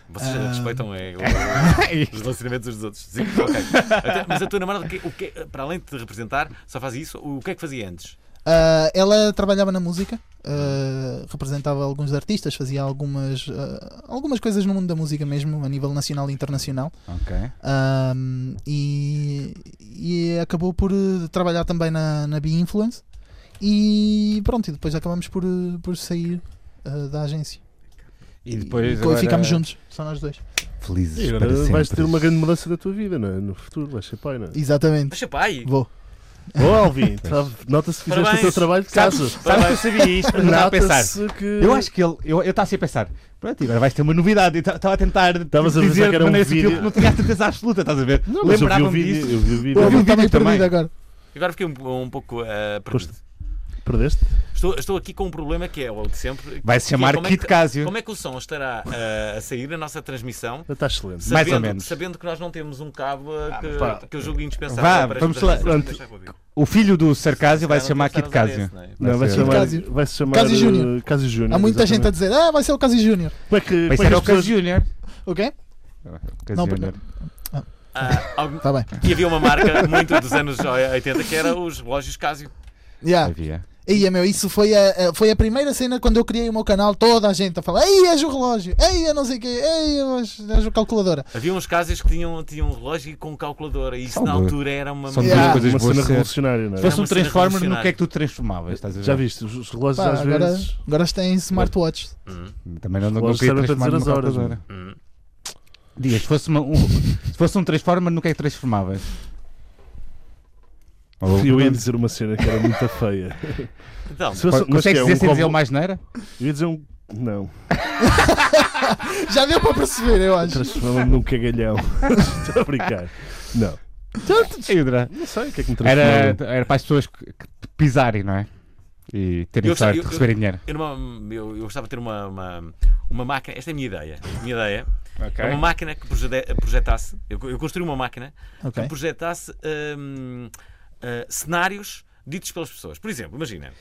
S1: Vocês
S5: Ah.
S1: respeitam é, os relacionamentos uns dos outros. Sim, ok. Até- mas a tua namorada, o que- é, o que- para além de te representar, só faz isso? O que é que fazia antes?
S5: Ah, ela trabalhava na música, ah, representava alguns artistas, fazia algumas, ah, algumas coisas no mundo da música mesmo, a nível nacional e internacional.
S2: Ok.
S5: Ahm, e, e acabou por eh, trabalhar também na, na B-Influence e pronto, e depois acabamos por, eh, por sair eh, da agência
S2: E depois.
S5: Co-
S2: agora-
S5: ficámos juntos, só nós dois.
S2: Felizes
S3: E
S2: para
S3: agora
S2: sempre.
S3: vais ter uma grande mudança da tua vida, não é? No futuro vais ser pai, não é?
S5: Exatamente.
S1: Mas, pai,
S5: Vou.
S3: Oh, Alvin, tá- nota-se que fizeste
S1: Parabéns.
S3: o teu trabalho de
S2: Sabes,
S3: casa.
S2: sabes que eu sabia isto, mas eu estava a pensar.
S3: Nota-se que.
S1: Hum.
S2: Eu acho que ele, eu eu estava assim a pensar, pronto, e agora vais ter uma novidade. Eu ta- Estava a tentar
S3: Estavas a
S2: dizer
S3: pensar que
S2: de
S3: era um
S2: maneira sutil
S3: vídeo.
S2: que não tinha a certeza absoluta, estás a ver?
S3: Não, mas eu vi o
S2: Lembrava-me
S3: vídeo.
S2: disso.
S3: Eu vi o vídeo.
S5: Eu
S2: vi um
S5: vou também
S2: vídeo também.
S5: perdido agora.
S1: agora fiquei um, um pouco ah, perdido.
S3: Perdeste?
S1: Estou, estou aqui com um problema que é o de sempre.
S2: Vai-se
S1: que é
S2: chamar
S1: como é
S2: Kit
S1: que-
S2: Casio.
S1: Como é que o som estará ah, a sair na nossa transmissão?
S3: Está tá excelente.
S2: Mais ou
S1: sabendo-
S2: menos.
S1: Sabendo que nós não temos um cabo ah, que,
S3: pá.
S1: que eu julgo indispensável
S2: Vá,
S1: para
S2: vamos
S1: estas
S2: lá.
S1: pessoas.
S3: Pronto.
S1: Deixa eu ouvir.
S2: O filho do Sarcásio vai-se
S1: Não
S2: chamar
S1: tem
S2: Kit
S1: que estar a usar
S2: Casio.
S1: esse, não é?
S3: Não, vai
S2: ser-
S3: chamar.
S5: Cásio.
S3: Vai se chamar.
S5: Cásio
S3: eh,
S5: Júnior.
S3: Cásio Júnior.
S5: Há muita gente a
S3: exatamente.
S5: dizer, ah, vai ser o Casi Júnior.
S3: Como é que,
S2: Vai
S3: como é
S2: ser
S3: que
S2: o
S3: as pessoas.
S2: Casio Júnior.
S5: O quê?
S2: Casio
S5: Não,
S2: Júnior.
S1: Ah, algum-
S5: Está Tá bem.
S1: E havia uma marca muito dos anos 80 que era os relógios Casio.
S3: Ah.
S5: Yeah.
S2: Havia.
S5: Aí, é meu, isso foi a, a- foi a primeira cena quando eu criei o meu canal, toda a gente a falar, ei, és o relógio, ei, eu não sei o quê, ei, és, és o calculadora.
S1: Havia uns Casios que tinham, tinham um relógio com calculadora e isso
S2: São
S1: na
S2: duas-
S1: altura era uma
S2: são
S1: uma-
S2: duas
S5: Yeah.
S2: coisas
S3: Uma
S2: boas
S3: cena
S2: de ser.
S3: revolucionária, não
S2: Se
S3: é?
S1: É
S2: fosse um
S1: uma cena
S2: Transformer, no
S1: revolucionária.
S2: que é que tu transformavas? Estás a ver?
S3: Já viste, os os relógios
S5: Pá,
S3: às
S5: agora,
S3: vezes.
S5: agora têm smartwatch.
S1: Hum,
S2: Também não, não, não
S3: Relógios
S2: queria
S3: servem para
S2: transformar numa
S3: dizer as horas,
S2: calculadora.
S1: hum.
S2: Dias, se fosse, uma- um, se fosse um Transformer, no que é que transformavas? Ou-
S3: Eu ia dizer uma cena que era muito feia.
S1: Então,
S3: Se fosse- mas que
S2: Consegues
S3: é
S2: dizer
S3: um
S2: sem dizer
S3: copo-
S2: o mais neira?
S3: Eu ia dizer um. Não,
S5: Já deu para perceber, eu acho.
S3: transformava-me num cagalhão. Estou a brincar. Não, não sei o que é que me
S2: Era,
S3: transformava.
S2: era para as pessoas que- que pisarem, não é? E terem
S1: Eu sei,
S2: sorte
S1: eu-
S2: de
S1: eu-
S2: receberem dinheiro.
S1: eu, numa- eu- eu gostava de ter uma, uma, uma máquina. Esta é a minha ideia. A minha ideia
S2: Ok.
S1: é uma máquina que projete- projetasse. Eu, eu construí uma máquina
S5: Ok.
S1: que projetasse hum, ah, cenários ditos pelas pessoas. Por exemplo, imagina.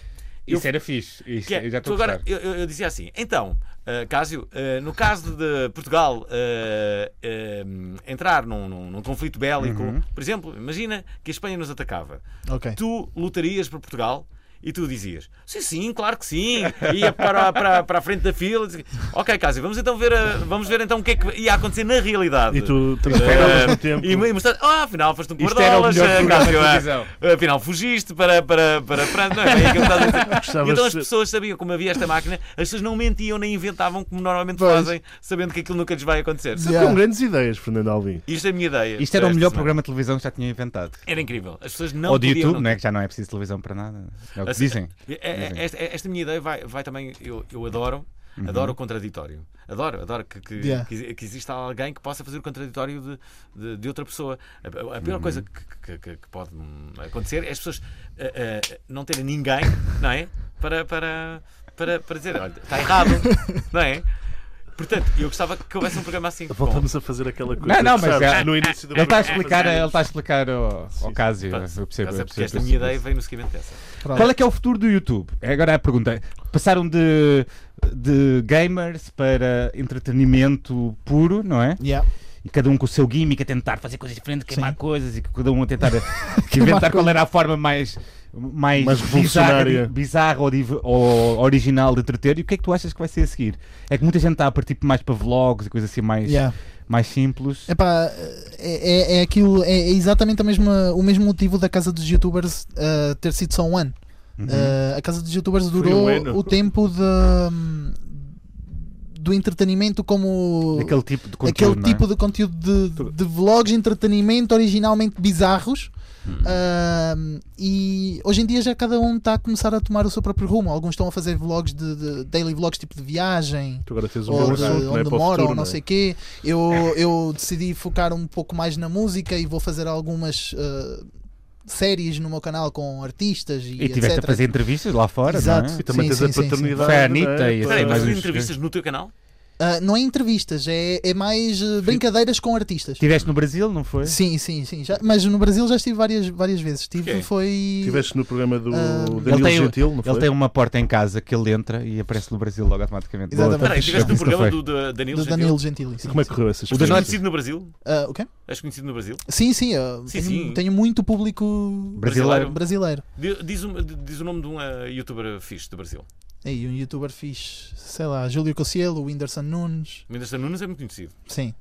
S2: Isso era fixe. Isso,
S1: Que é,
S2: eu já
S1: tu
S2: estou a
S1: agora,
S2: gostar.
S1: eu, eu- eu dizia assim, então, ah, Cásio, ah, no caso de Portugal ah, ah, entrar num, num- num conflito bélico,
S2: Uhum.
S1: por exemplo, imagina que a Espanha nos atacava.
S5: Ok.
S1: Tu lutarias por Portugal e tu dizias, sim, sim, claro que sim, ia para, para, para a frente da fila. dizia, ok, Cásio, vamos então ver, a- vamos ver então o que é que ia acontecer na realidade.
S3: E tu
S1: Ah,
S3: transformavas no tempo.
S1: e e mostrar, ah, afinal foste um
S2: Isto era o
S1: guardolas,
S2: melhor
S1: ah,
S2: programa de
S1: Cássio, ah,
S2: televisão.
S1: Afinal, fugiste para, para, para a França. Não é bem aquilo que estás a dizer.
S3: Gostavas
S1: E então as
S3: de-
S1: pessoas sabiam como havia esta máquina, as pessoas não mentiam nem inventavam como normalmente
S5: Pois.
S1: fazem, sabendo que aquilo nunca lhes vai acontecer.
S5: Sim.
S3: Com
S5: Yeah.
S3: grandes ideias, Fernando Alvim.
S1: Isto é a minha ideia.
S2: Isto era o
S1: Esta
S2: melhor
S1: semana.
S2: programa de televisão que já tinham inventado.
S1: Era incrível. As pessoas não
S2: Ou de
S1: podiam
S2: YouTube,
S1: não-
S2: não é? Que já não é preciso televisão para nada. É o que
S1: Assim,
S2: dizem.
S1: é- é-
S2: Dizem. Uhum.
S1: Esta, esta minha ideia vai, vai também. Eu, eu adoro. Adoro o contraditório. Adoro, adoro que, que,
S5: Yeah.
S1: que- que exista alguém que possa fazer o contraditório de, de, de outra pessoa. A, a- a pior
S2: Uhum.
S1: coisa que, que- que- que pode hum, acontecer é as pessoas eh, eh, não terem ninguém, não é? Para, para, para, para dizer, olha, está errado, não é? Portanto, eu gostava que houvesse um programa assim. com-
S3: Voltamos a fazer aquela coisa.
S2: Não, não,
S3: que
S2: mas
S3: sabes,
S2: é-
S3: no início do
S2: Ele está a
S3: programa.
S2: explicar, ele está a explicar ao, ao
S3: sim.
S2: Cásio.
S1: Pronto,
S2: Eu percebo.
S1: Estás a-
S2: eu
S1: Porque
S2: percebo,
S1: esta
S2: eu
S1: minha
S2: percebo.
S1: ideia veio no seguimento dessa.
S2: Qual é que é o futuro do YouTube? É Agora é a pergunta. Passaram de, de gamers para entretenimento puro, não é?
S5: Yeah.
S2: E cada um com o seu gimmick a tentar fazer coisas diferentes, queimar
S5: Sim.
S2: coisas e cada um a tentar
S5: Queimar
S2: inventar qual era a forma mais, mais,
S3: Mais
S2: bizarra,
S3: revolucionária.
S2: bizarra ou, div- ou original de entreter. E o que é que tu achas que vai ser a seguir? É que muita gente está a partir mais para vlogs e coisas assim mais,
S5: Yeah.
S2: mais simples.
S5: Epá, é, é, é aquilo, é, é exatamente a mesma, o mesmo motivo da Casa dos Youtubers ah, ter sido só um ano. Ah, a Casa dos Youtubers durou
S3: um ano.
S5: o tempo de, hum, do entretenimento como
S2: Aquele tipo de
S5: aquele
S2: conteúdo. não é?
S5: tipo de conteúdo de, de vlogs, entretenimento originalmente bizarros. Ahm, e hoje em dia já cada um está a começar a tomar o seu próprio rumo. Alguns estão a fazer vlogs de, de- daily vlogs tipo de viagem.
S3: Tu agora tens um bom
S5: Ou de
S3: assunto, não é?
S5: onde
S3: Para o
S5: mora,
S3: futuro,
S5: ou
S3: não
S5: não
S3: é?
S5: sei quê. Eu, eu decidi focar um pouco mais na música e vou fazer algumas ah, séries no meu canal com artistas e,
S2: E tiveste
S5: etc.
S2: a fazer entrevistas lá fora,
S5: Exato.
S2: não é?
S3: E também
S5: Sim,
S3: tens
S5: sim,
S3: a
S5: sim,
S3: paternidade.
S5: sim.
S2: Foi a
S3: não é?
S2: Anitta e-
S3: Para-
S1: Espera aí,
S2: mais um
S1: mas
S2: uns-
S1: entrevistas no teu canal?
S5: Ah, não é entrevistas, é, é mais ah, brincadeiras com artistas.
S2: Estiveste no Brasil, não foi?
S5: Sim, sim, sim. Já- mas no Brasil já estive várias, várias vezes. Estive,
S1: Ok.
S5: foi.
S3: Estiveste no programa do
S5: Ah,
S3: Danilo
S2: tem-
S3: Gentil, não foi?
S2: Ele tem uma porta em casa que ele entra e aparece no Brasil logo automaticamente.
S5: Exatamente. um
S2: Boa,
S1: Espera aí,
S2: tá fixe.
S1: tiveste no
S2: Isso não
S1: programa do,
S2: foi.
S1: do Danilo
S5: Do
S1: Gentil?
S5: Danilo Gentili.
S3: E
S5: Sim,
S3: Como é
S5: sim.
S3: que correu essas
S2: O
S1: És
S2: Danilo-
S3: coisas?
S1: conhecido no Brasil?
S5: Ah, o quê?
S1: És conhecido no Brasil?
S5: Sim, sim, eu
S1: Sim,
S5: tenho,
S1: sim.
S5: tenho muito público
S2: Brasileiro.
S5: brasileiro.
S1: Di- Diz, um- diz o nome de um eh, youtuber fixe do Brasil.
S5: E um youtuber fixe, sei lá, Júlio Cossielo, Whindersson Nunes,
S1: O Anderson Nunes é muito conhecido.
S5: sim.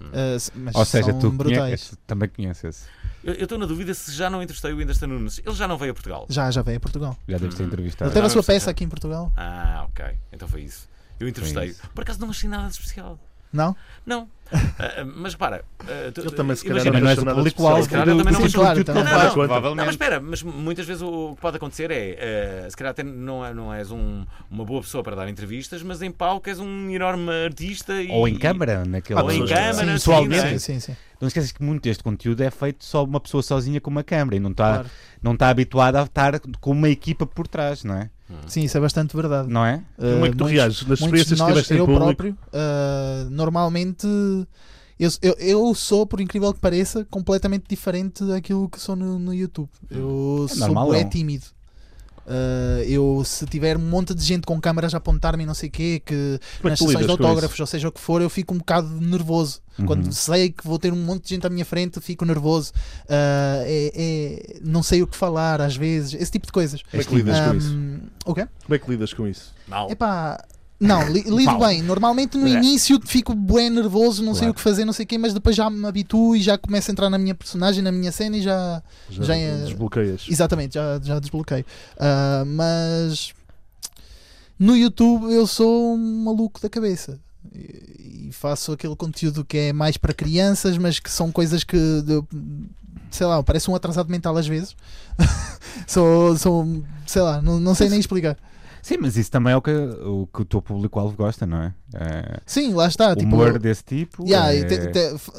S1: Hum.
S5: Ah, s- mas
S2: Ou seja,
S5: são
S2: tu
S5: brutais.
S2: conheces, também conheces.
S1: Eu eu estou na dúvida se já não entrevistei o Anderson Nunes. Ele já não veio a Portugal.
S5: Já, já veio a Portugal.
S2: Já deves
S3: Hum.
S2: ter entrevistado.
S5: Ele teve a sua
S1: não sei.
S5: peça aqui em Portugal.
S1: Ah, ok. Então foi isso. Eu entrevistei.
S2: isso.
S1: Por acaso não achei nada de especial.
S5: Não?
S1: Não. Ah, mas repara. ah, tu-
S3: Ele também se calhar
S1: imagina-
S2: Também não és o
S3: Imagina- é
S2: público-alvo
S1: Se calhar eu
S2: do-
S1: também não
S2: do
S5: sou claro,
S2: conteúdo que
S5: também.
S2: ele
S1: Não,
S2: faz,
S1: não. Não, mas
S2: provavelmente.
S1: espera, mas muitas vezes o que pode acontecer é, eh, se calhar até não, é- não és um- uma boa pessoa para dar entrevistas, mas em palco és um enorme artista e,
S2: Ou em câmara, naquele...
S1: Ou em
S3: Sim,
S1: câmara,
S2: sim,
S1: sim, não é?
S5: Ah, Sim, sim, sim.
S2: Não esqueças que muito deste conteúdo é feito só uma pessoa sozinha com uma câmara e não está
S5: Claro.
S2: não está habituada a estar com uma equipa por trás, não é?
S5: Sim, isso é bastante verdade.
S2: Não é?
S3: Como é que tu
S5: muitos-
S3: reages? Nas
S5: Muitos de
S3: experiências que
S5: nós,
S3: tiveste em
S5: eu
S3: público,
S5: próprio, ah, normalmente eu, eu, eu sou, por incrível que pareça, completamente diferente daquilo que sou no, no YouTube. Eu
S3: É
S5: sou
S2: normal,
S5: bué
S3: um-
S2: não?
S5: tímido. Ah, eu, se tiver um monte de gente com câmaras a apontar-me e não sei o quê, que
S3: como é
S5: nas
S3: que tu lidas
S5: sessões de
S3: com isso? Uhum.
S5: autógrafos, ou seja o que for, eu fico um bocado nervoso. Quando sei que vou ter um monte de gente à minha frente, fico nervoso. Ah, é- é- não sei o que falar, às vezes, esse tipo de coisas.
S3: Como é que lidas com isso?
S5: Ahm, o quê?
S3: Como é que lidas com isso?
S1: Mal.
S5: Epá, não, li- lido
S2: Um Pau.
S5: bem. Normalmente no
S1: É.
S5: início fico bem nervoso, não sei
S2: Claro.
S5: o que fazer, não sei o quê, mas depois já me habituo e já começo a entrar na minha personagem, na minha cena e já.
S3: Já,
S5: Já é-
S3: desbloqueias.
S5: Exatamente, já, já desbloqueio. Ah, mas no YouTube eu sou um maluco da cabeça. E e faço aquele conteúdo que é mais para crianças, mas que são coisas que de- sei lá, parece um atrasado mental às vezes. sou, sou, sei lá, não, não sei nem explicar.
S2: Sim, mas isso também é o que o, que o teu público-alvo gosta, não é? é
S5: Sim, lá está. tipo,
S2: humor desse tipo.
S5: Yeah,
S2: é-
S5: e te- te- f-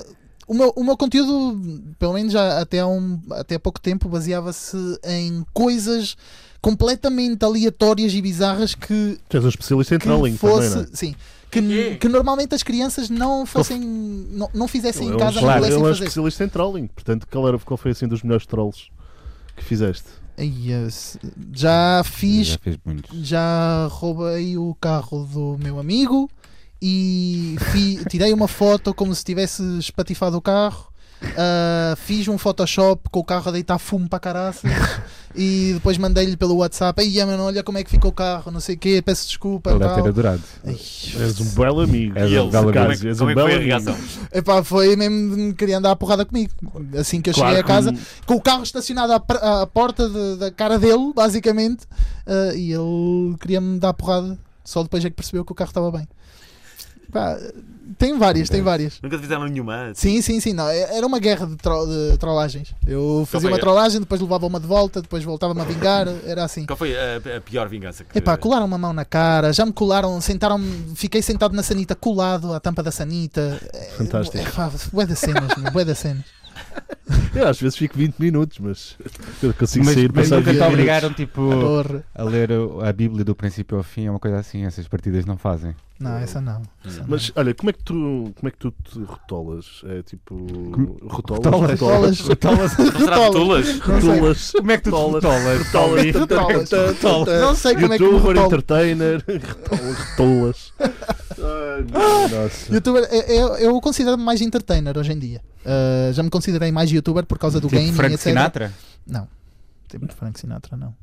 S5: o, meu, o meu conteúdo, pelo menos já até há, um, até há pouco tempo, baseava-se em coisas completamente aleatórias e bizarras que,
S3: Tu és um especialista em
S5: que
S3: trolling
S5: fosse.
S3: também, não é?
S5: Sim. Que, que normalmente as crianças não fossem. não, não fizessem
S3: Ele é
S5: assim em
S3: um-
S5: casa,
S2: claro,
S5: não
S3: ele é um
S5: pudessem fazer.
S3: especialista em trolling. Portanto, qual, era, qual foi assim dos melhores trolls que fizeste?
S5: Ai, eu se- já fiz.
S2: Já fez muitos.
S5: Já roubei o carro do meu amigo e fi- tirei uma foto como se tivesse espatifado o carro. Ah, fiz um Photoshop com o carro a deitar fumo para caraças e depois mandei-lhe pelo WhatsApp. Ei, mano, olha como é que ficou o carro, não sei o quê, peço desculpa.
S2: Ele deve
S5: tal."
S2: ter adorado.
S5: Ai,
S3: És um belo amigo.
S2: És
S1: E
S2: um
S1: ele,
S2: belo
S1: como é,
S2: amigo.
S1: que-
S3: És
S1: como
S3: um
S1: é que foi a
S3: belo
S1: reação?
S5: Epá, foi mesmo de me querer andar à porrada comigo. Assim que eu
S3: Claro
S5: cheguei a
S3: que-
S5: casa, com o carro estacionado à, pr- à porta de- da cara dele, basicamente, ah, e ele queria-me dar porrada. Só depois é que percebeu que o carro estava bem. Pá, tem várias, tem várias.
S1: Nunca te fizeram nenhuma.
S5: Sim, sim, sim. Não, é- era uma guerra de, tro- de trollagens. Eu fazia
S1: foi
S5: uma
S1: a-
S5: trollagem, depois levava uma de volta, depois voltava-me a vingar. Era assim.
S1: Qual foi a, a pior vingança que
S5: Epá, colaram uma mão na cara, já me colaram, sentaram-me, fiquei sentado na sanita, colado à tampa da sanita. É,
S3: Fantástico.
S5: Epá, bué das cenas, meu, bué das cenas.
S3: Eu às vezes fico 20 minutos, mas eu consigo
S2: mas
S3: sair
S2: mas
S3: passar
S2: nunca te
S3: 20 minutos.
S2: obrigaram tipo,
S5: Porra.
S2: a ler o- a Bíblia do princípio ao fim, é uma coisa assim, essas partidas não fazem.
S5: Não, essa não. essa não.
S3: Mas olha, como é que tu, como é que tu te rotolas? É tipo.
S2: Tolas,
S3: Rotolas?
S5: Tolas.
S2: tolas.
S1: Será
S5: Rotolas.
S1: tolas?
S3: Rotolas.
S2: Como é que tu
S3: Tolas.
S2: tolas?
S3: Rotolas.
S5: Rotolas.
S3: Rotolas.
S5: Não sei como é que me
S3: Youtuber,
S5: retolo.
S3: entertainer. Rotolas. Rotolas. Ai, Nossa.
S5: Youtuber, eu, eu, eu considero-me mais entertainer hoje em dia. Ah, já me considerei mais youtuber por causa do
S2: Tipo
S5: gaming,
S2: Frank
S5: etc.
S2: Sinatra?
S5: Não. Tipo Frank Sinatra, não.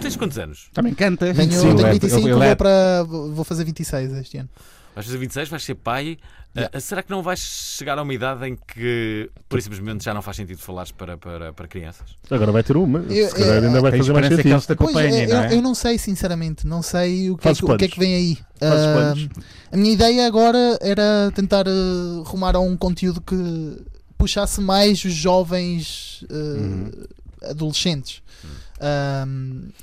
S1: Tens quantos anos?
S2: Também canta.
S5: Tenho,
S2: Sim,
S5: tenho
S2: ele é-
S5: 25,
S2: ele
S5: vou,
S2: é-
S5: para, vou fazer 26 este ano.
S1: Vais fazer 26, vais ser pai. Ah,
S5: Yeah.
S1: será que não vais chegar a uma idade em que, por simplesmente, já não faz sentido falares para, para, para crianças?
S3: Agora vai ter uma.
S5: Eu-
S3: Se calhar
S5: eu-
S3: ainda vai
S2: Tem
S3: fazer
S2: esperança
S3: mais
S2: é que
S3: sentido.
S2: eles te
S5: Pois,
S2: acompanhem,
S5: eu,
S2: não é?
S5: eu não sei, sinceramente. Não sei o que, é
S3: Fazes
S5: que, o que é
S3: planos.
S5: que vem aí.
S3: Fazes
S5: Ah,
S3: planos.
S5: a minha ideia agora era tentar ah, rumar a um conteúdo que puxasse mais os jovens ah,
S3: Uhum.
S5: adolescentes. ah,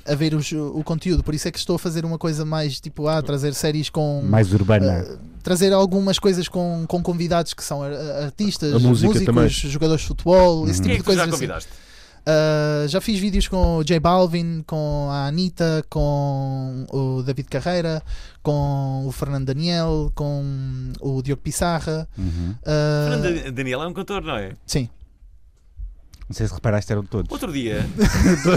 S5: a ver os- o conteúdo, por isso é que estou a fazer uma coisa mais tipo a trazer séries com ah,
S2: Mais urbana.
S5: É. trazer algumas coisas com, com convidados que são ar- artistas,
S3: A música
S5: músicos,
S3: também. Uhum.
S5: jogadores de futebol, esse
S1: Quem é
S5: tipo
S1: que
S5: de
S1: tu
S5: coisas.
S1: já
S5: assim.
S1: convidaste?
S5: Uh, já fiz vídeos com o J Balvin, com a Anitta, com o David Carreira, com o Fernando Daniel, com o Diogo Pissarra.
S2: Uhum.
S5: Uh,
S1: Fernando Daniel é um cantor, não é?
S5: Sim,
S2: Não sei se reparaste, eram todos.
S1: Outro dia. não,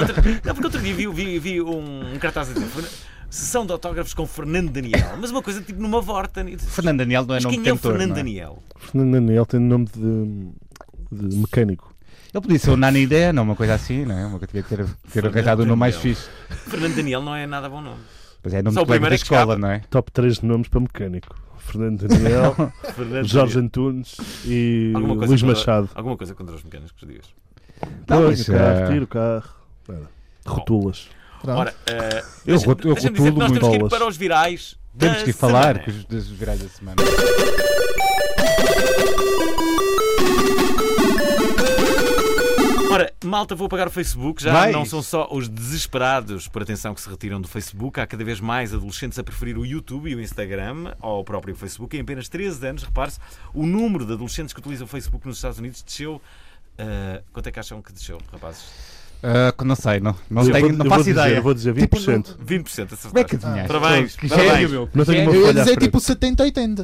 S1: outro- não, porque outro dia vi, vi, vi um, um cartaz a dizer "Fernan- sessão de autógrafos com Fernando Daniel, mas uma coisa tipo numa vorta. né?
S2: Fernando Daniel não é
S1: Mas
S2: nome
S1: quem
S2: de
S1: é o
S2: cantor,
S1: Fernando
S2: não é?
S1: Daniel?
S3: Fernando Daniel tem nome de, de mecânico.
S2: Ele podia ser o Nani Dena, uma coisa assim, não é? Uma coisa que tinha que ter, ter
S1: Fernando
S2: arranjado o nome mais
S1: Daniel.
S2: fixe.
S1: Fernando Daniel não é nada bom nome.
S2: Pois é, nome
S1: Só
S2: de
S1: o
S2: colega
S1: primeiro
S2: da
S1: é que escapa.
S2: escola, não é?
S3: Top 3 de nomes para mecânico. Fernando Daniel,
S1: Fernando
S3: Jorge
S1: Daniel.
S3: Antunes e
S1: Alguma coisa
S3: Luís
S1: contra-
S3: Machado.
S1: Alguma coisa contra os mecânicos, digas.
S2: Não,
S3: Põe o
S2: mas,
S3: carro,
S2: eh,
S3: tira o carro. Espera. Rotulas.
S5: pronto.
S1: Ora, eh,
S2: Eu
S1: deixa-
S2: rotulo
S1: deixa-me dizer que nós
S2: muito
S1: temos que ir
S2: bolas.
S1: para os virais.
S2: Temos
S1: da
S2: que ir falar
S1: semana.
S2: com os, dos virais da semana.
S1: Ora, malta, vou apagar o Facebook. Já
S2: Vais?
S1: não são só os desesperados por atenção que se retiram do Facebook. Há cada vez mais adolescentes a preferir o YouTube e o Instagram ao próprio Facebook. Em apenas 13 anos, repare-se, o número de adolescentes que utilizam o Facebook nos Estados Unidos desceu. ah, quanto é que acham que desceu, rapazes?
S2: Ah, que não sei, não, não,
S3: Eu
S2: tenho,
S3: vou-
S2: não
S3: eu
S2: faço
S3: vou dizer-
S2: ideia.
S3: eu vou dizer 20%.
S1: 20% acertaram.
S2: Como é que adivinhaste?
S1: Parabéns,
S2: Que
S1: parabéns.
S2: gênio, meu.
S3: Não tenho uma
S5: Eu ia
S3: folha à
S5: dizer
S3: frente.
S5: tipo 70, 80.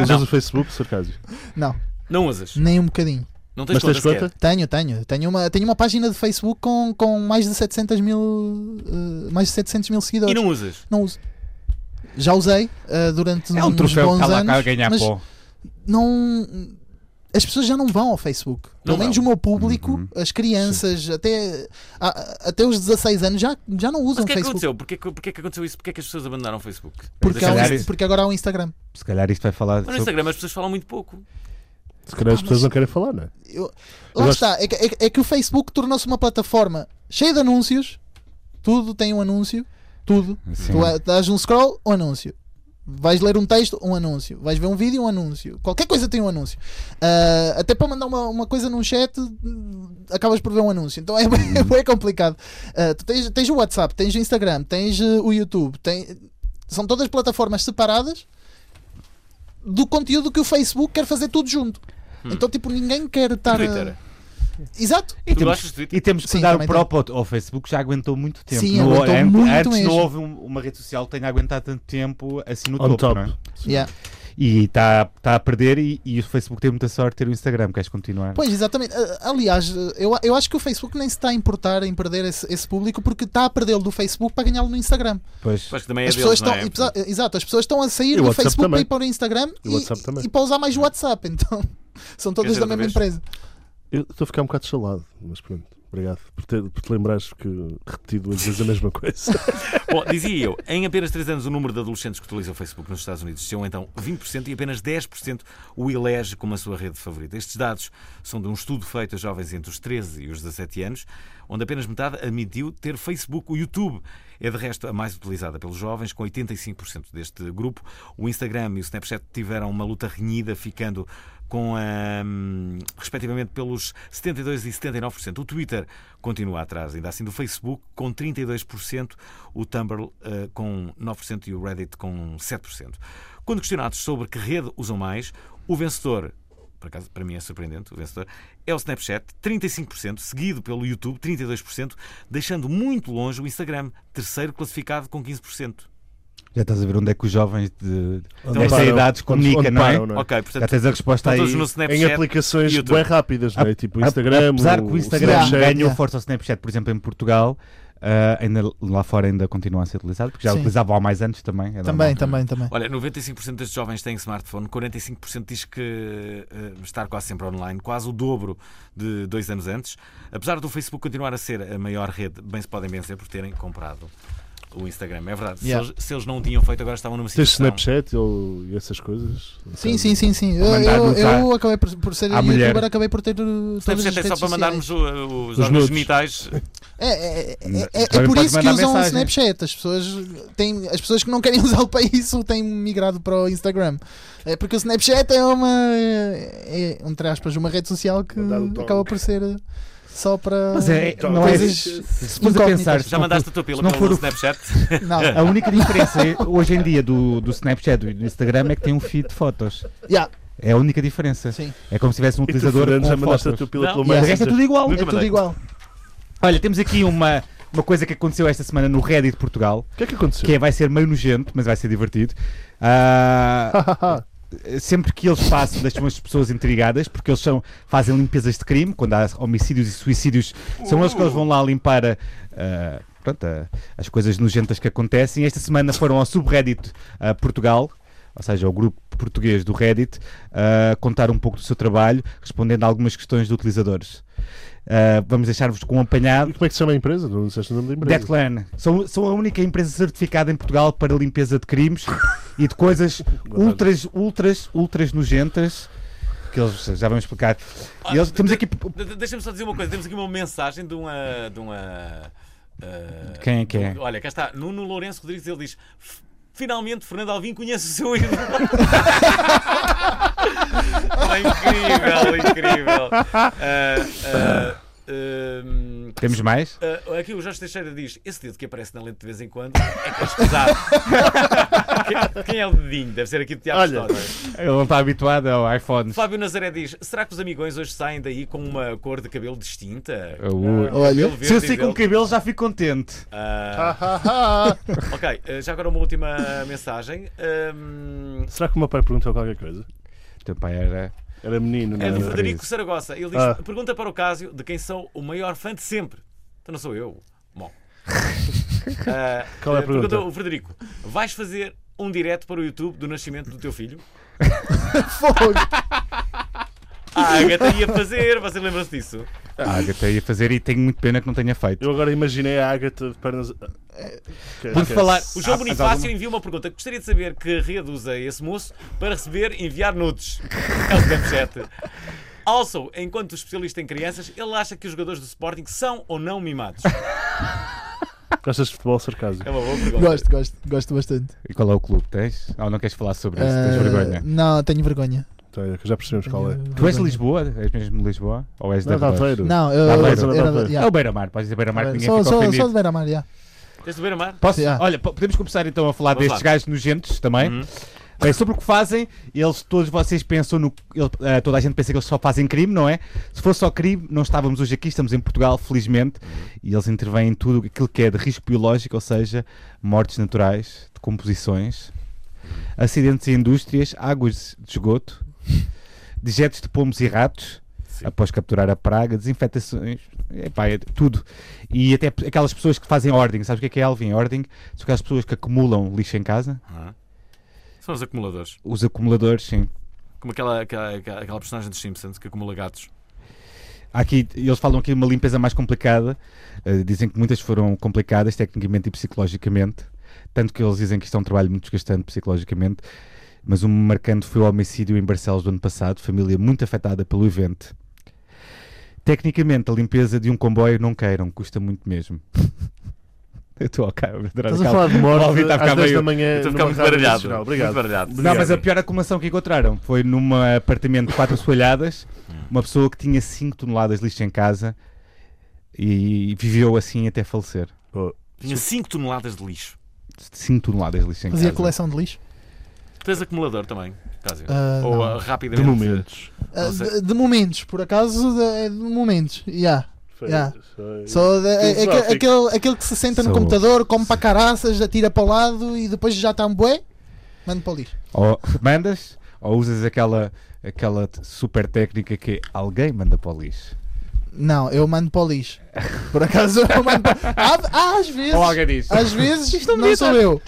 S3: Usas o Facebook, Sarcásio?
S5: Não,
S1: Não usas.
S5: nem um bocadinho.
S1: Não tens
S3: Mas
S1: conta
S3: tens
S1: sequer.
S3: conta?
S5: Tenho, tenho. Tenho uma, tenho uma página de Facebook com, com mais de 700 mil, eh, mais de 700 mil seguidores.
S1: E não usas.
S5: Não uso. Já usei eh, durante
S2: É um
S5: uns
S2: troféu que
S5: bons
S2: está lá
S5: anos,
S2: cá a ganhar
S5: mas
S2: pó.
S5: não as pessoas já não vão ao Facebook.
S1: Não
S5: Pelo menos
S1: vão.
S5: o meu público,
S2: Uhum.
S5: as crianças, até, a- até os 16 anos já, já não
S1: Mas
S5: usam
S1: o que é que
S5: Facebook.
S1: aconteceu? Porquê, que- porquê que aconteceu isso? Porquê que as pessoas abandonaram o Facebook?
S5: Porque, há
S1: Deixaram-
S5: um-
S2: calhar-
S5: porque agora há um Instagram.
S2: Se calhar isto vai falar
S1: Mas no
S2: sobre...
S1: Instagram as pessoas falam muito pouco.
S3: Se calhar as
S5: Ah,
S3: pessoas
S5: mas-
S3: não querem falar, não é?
S5: Eu-
S3: Eu
S5: lá
S3: gosto-
S5: está. É que, é que- é que o Facebook tornou-se uma plataforma cheia de anúncios. Tudo tem um anúncio. Tudo.
S2: Sim.
S5: Tu a- dás um scroll, um anúncio. Vais ler um texto, um anúncio. Vais ver um vídeo, um anúncio. Qualquer coisa tem um anúncio. Ah, até para mandar uma, uma coisa num chat, hum, acabas por ver um anúncio. Então é bem, é bué complicado. Ah, tu tens, tens o WhatsApp, tens o Instagram, tens eh, o YouTube. tem- são todas plataformas separadas do conteúdo que o Facebook quer fazer tudo junto. Então, tipo, ninguém quer estar. a-
S1: Twitter.
S5: Exato. Tipo,
S2: E
S1: Tu
S2: temos,
S1: gostas de Twitter?
S2: e temos que
S5: Sim,
S2: dar o
S5: também
S2: próprio ao- ao Facebook, já aguentou muito tempo.
S5: Sim,
S2: não,
S5: aguentou
S2: antes,
S5: muito
S2: antes não
S5: mesmo.
S2: houve um- uma rede social que tenha aguentado tanto tempo assim no
S3: On
S2: topo,
S3: top.
S2: não é?
S5: Yeah.
S2: E está tá a perder e, e o Facebook tem muita sorte de ter o Instagram, queres continuar?
S5: Pois, exatamente. Ah, Aliás, eu, eu acho que o Facebook nem se está a importar em perder esse, esse público porque está a perdê-lo do Facebook para ganhá-lo no Instagram.
S2: Pois.
S1: Acho que também é
S5: as
S1: deles,
S5: pessoas
S1: não
S5: estão,
S1: é?
S5: e pesa- eh, exato, as pessoas estão a sair
S3: E o
S5: do
S3: WhatsApp
S5: Facebook para
S3: também.
S5: ir para o Instagram
S3: E
S5: e,
S3: o WhatsApp também.
S5: e para usar mais o WhatsApp. Então, são todas
S1: Queres
S5: da
S1: dizer outra
S5: mesma
S1: vez?
S5: empresa.
S3: Eu estou a ficar um bocado chalado, mas pronto. Obrigado por, ter, por te lembrares que repeti duas vezes a mesma coisa.
S1: Bom, dizia eu, em apenas 3 anos o número de adolescentes que utilizam o Facebook nos Estados Unidos desceu então 20% e apenas 10% o elege como a sua rede favorita. Estes dados são de um estudo feito a jovens entre os 13 e os 17 anos, onde apenas metade admitiu ter Facebook. O YouTube é, de resto, a mais utilizada pelos jovens, com 85% deste grupo. O Instagram e o Snapchat tiveram uma luta renhida, ficando com hum, respectivamente pelos 72% e 79%. O Twitter continua atrás, ainda assim, do Facebook com 32%, o Tumblr eh, com 9% e o Reddit com 7%. Quando questionados sobre que rede usam mais, o vencedor, por acaso para mim é surpreendente, o vencedor, é o Snapchat, 35%, seguido pelo YouTube, 32%, deixando muito longe o Instagram, terceiro classificado com 15%.
S2: Já estás a ver onde é que os jovens de,
S3: Onde
S2: desta
S3: param,
S2: idade se
S3: onde-
S2: comunicam,
S3: onde
S2: não é?
S3: param, não é?
S1: Ok,
S2: Já
S1: portanto,
S2: tens a resposta
S1: estão
S2: aí.
S1: todos no
S3: Em
S1: Snapchat.
S3: aplicações
S1: YouTube.
S3: bem rápidas, não é? Tipo o Instagram.
S2: Apesar que o Instagram
S5: Snapchat.
S2: ganhou
S5: Yeah.
S2: força ao Snapchat, por exemplo, em Portugal, ah, ainda, lá fora ainda continua a ser utilizado, porque já
S5: Sim.
S2: utilizavam há mais anos também. é normal.
S5: Também, também, também.
S1: Olha, 95% destes jovens têm smartphone, 45% diz que eh, estar quase sempre online, quase o dobro de dois anos antes. Apesar do Facebook continuar a ser a maior rede, bem se podem vencer por terem comprado o Instagram. É verdade. Se
S5: Yeah.
S1: eles- Se, eles, não o tinham feito, agora estavam numa
S3: Tens
S1: situação.
S3: Snapchat ou e essas coisas?
S5: Sim, sim, sim, sim. Eu,
S2: Mandar
S5: eu,
S2: nudes à-
S5: eu acabei por, por ser
S2: à
S5: youtuber,
S2: mulher.
S5: acabei por ter. uh, todas as
S1: Snapchat é só
S5: redes
S1: para
S5: sociais.
S1: mandarmos o- os,
S3: Os
S1: órgãos
S3: nudes.
S1: genitais.
S5: É, é, é, é- é
S2: Também
S5: por
S2: podes
S5: isso que
S2: mandar
S5: usam o
S2: mensagem.
S5: Snapchat. As pessoas, têm, as pessoas que não querem usá-lo para isso têm migrado para o Instagram. É porque o Snapchat é uma. É, entre aspas, uma rede social que
S3: Mandar o dong.
S5: acaba por ser só para.
S2: Mas é,
S3: Então,
S2: não é.
S5: Ah, coisas
S2: Se fores a pensar,
S5: incógnitas.
S2: se
S1: Já
S2: não for-
S1: mandaste a tua pila
S2: se não
S1: pelo
S2: for o-
S1: Snapchat?
S5: Não.
S2: A única diferença eh, hoje em dia do, do Snapchat e do Instagram é que tem um feed de fotos.
S5: Yeah,
S2: É a única diferença.
S5: sim.
S2: É como se tivesse um
S3: E tu,
S2: utilizador
S3: Fernando, já
S2: com
S3: mandaste a
S2: fotos.
S3: tua pila
S1: Não,
S3: pelo
S5: yeah.
S2: O resto é tudo igual.
S1: Nunca
S5: É tudo
S1: mandei.
S5: igual.
S2: Olha, temos aqui uma, uma coisa que aconteceu esta semana no Reddit Portugal,
S3: O que é que aconteceu?
S2: que é- vai ser meio nojento, mas vai ser divertido. Ah, sempre que eles passam, deixam as pessoas intrigadas, porque eles são, fazem limpezas de crime, quando há homicídios e suicídios, são eles que eles vão lá limpar a- a- pronto, a- as coisas nojentas que acontecem. Esta semana foram ao subreddit ah, Portugal, ou seja, ao grupo português do Reddit, ah, contar um pouco do seu trabalho, respondendo a algumas questões de utilizadores. Ah, vamos deixar-vos com um apanhado.
S3: E como é que se chama a empresa? Não disseste o nome da empresa.
S2: Declan, são, são a única empresa certificada em Portugal para limpeza de crimes e de coisas ultras, ultras, ultras nojentas que eles já vamos explicar. E eles, temos aqui.
S1: De- de- Deixa-me só dizer uma coisa. Temos aqui uma mensagem de uma. eh, De uma ah,
S2: Quem é que é?
S1: Olha, cá está. Nuno Lourenço Rodrigues, ele diz. "F- Finalmente, Fernando Alvim conhece o seu ídolo. É incrível, é incrível. Ah, ah, ah,
S2: Temos mais?
S1: Uh, aqui o Jorge Teixeira diz: esse dedo que aparece na lente de vez em quando é cascuzado. quem, quem é o dedinho? Deve ser aqui do Tiago
S3: Olha.
S1: Olha.
S2: Ele não está habituado ao iPhone.
S1: Fábio Nazaré diz: será que os amigões hoje saem daí com uma cor de cabelo distinta? Ah,
S2: Uh,
S5: Olha.
S1: Cabelo
S2: Se eu
S1: verde
S2: sei
S1: e
S2: com
S1: verde.
S2: cabelo, já fico contente.
S1: Ah,
S3: Ah, ah, ah.
S1: ok, uh, já agora uma última mensagem. Um,
S3: Será que o meu pai perguntou qualquer coisa?
S2: Teu pai era.
S3: Era menino, não
S1: é
S3: era?
S1: do Frederico Saragossa. Ele diz:
S3: Ah.
S1: pergunta para o Cásio de quem sou o maior fã de sempre. Então não sou eu. Bom. Ah,
S3: Qual é a
S1: eh,
S3: pergunta?
S1: o Frederico: vais fazer um direto para o YouTube do nascimento do teu filho?
S5: Fogo!
S1: Ah, a gata ia fazer, vocês lembram-se disso?
S2: A Agatha ia fazer e tenho muito pena que não tenha feito.
S3: Eu agora imaginei a Agatha de pernas. Ah,
S2: É.
S3: esquece,
S2: Por
S3: esquece.
S2: falar.
S1: O
S2: Ah,
S1: João
S2: mas
S1: Bonifácio
S2: alguma-
S1: envia uma pergunta. Gostaria de saber que rede usa esse moço para receber e enviar nudes. É o Snapchat. Also, enquanto especialista em crianças, ele acha que os jogadores do Sporting são ou não mimados.
S3: Gostas de futebol sarcasmo?
S1: É uma boa pergunta.
S5: Gosto, gosto, gosto bastante.
S2: E qual é o clube? Tens? Ou não queres falar sobre isso? Tens
S5: Ah,
S2: vergonha?
S5: Não, tenho vergonha.
S3: Tá, é que já percebemos qual é.
S5: Tenho
S2: Tu és de
S5: vergonha.
S2: Lisboa? És mesmo de Lisboa? Ou és
S3: Não,
S2: da
S3: dá
S2: Rebaixa?
S3: feiro.
S5: Não, eu. Ah,
S2: Dá
S5: eu-
S2: Beira,
S5: eu-
S3: dá
S5: era-
S3: Beira.
S2: É
S5: yeah.
S2: o Beira-Mar. Podes dizer Beira-Mar que ninguém
S5: Sou,
S2: fica
S5: sou,
S2: ofendido.
S5: sou de Beira-Mar, yeah.
S1: Tens de beber a mar?
S2: Posso?
S5: Yeah.
S2: Olha, po- podemos começar então a falar
S1: Vamos
S2: destes
S1: lá. Uhum.
S2: gajos nojentos também. Bem, sobre o que fazem, eles todos vocês pensam no. ele- eh, toda a gente pensa que eles só fazem crime, não é? Se fosse só crime, não estávamos hoje aqui, estamos em Portugal, felizmente,
S1: Uhum.
S2: e eles intervêm em tudo aquilo que é de risco biológico, ou seja, mortes naturais, decomposições, acidentes em indústrias, águas de esgoto, dejetos de pomos e ratos. Após capturar a praga, desinfetações, epá, é tudo. E até p- aquelas pessoas que fazem ordem, sabes o que é que é Alvin? Ordem são aquelas pessoas que acumulam lixo em casa,
S1: Ah. São os acumuladores.
S2: os acumuladores, sim.
S1: Como aquela, aquela, aquela personagem dos Simpsons que acumula gatos.
S2: Há Aqui, eles falam aqui de uma limpeza mais complicada, eh, dizem que muitas foram complicadas tecnicamente e psicologicamente, tanto que eles dizem que isto é um trabalho muito desgastante psicologicamente, mas um marcante foi o homicídio em Barcelos do ano passado, família muito afetada pelo evento. Tecnicamente, a limpeza de um comboio não queiram, custa muito mesmo. Eu estou ao cabo,
S3: Estás tá a falar de
S2: O
S3: morte
S2: Alvin está a
S3: às
S2: ficar
S3: 10
S2: meio-
S3: da manhã.
S1: Estou a ficar
S3: numa
S1: Então muito
S3: rádio
S1: baralhado.
S3: nacional.
S1: Muito
S3: Obrigado.
S1: baralhado.
S2: Não, mas a pior acumulação que encontraram foi num apartamento de quatro soalhadas, uma pessoa que tinha 5 toneladas de lixo em casa e viveu assim até falecer.
S1: Tinha 5 toneladas de lixo.
S2: 5 toneladas de lixo em
S5: Fazia
S2: casa.
S5: coleção de lixo.
S1: Tu és acumulador também, Cásio?
S5: Ah,
S1: Ou
S5: não.
S1: ah,
S3: De
S1: rapidamente.
S3: momentos.
S5: Ah,
S1: não sei.
S5: de, de momentos, por acaso, de, é de momentos. Yeah.
S3: Foi-
S5: Yeah.
S3: foi-
S5: Só de- é- é que-
S3: Filosófico.
S5: aquele, aquele que se senta no
S2: Sou-
S5: computador, come para caraças, atira para o lado e depois já está um bué, manda para o lixo.
S2: Ou mandas, ou usas aquela, aquela t- super técnica que alguém manda para o lixo.
S5: Não, eu mando para o lixo. Por acaso eu mando para. Há- há às vezes.
S2: Ou alguém diz.
S5: Às vezes não sou eu.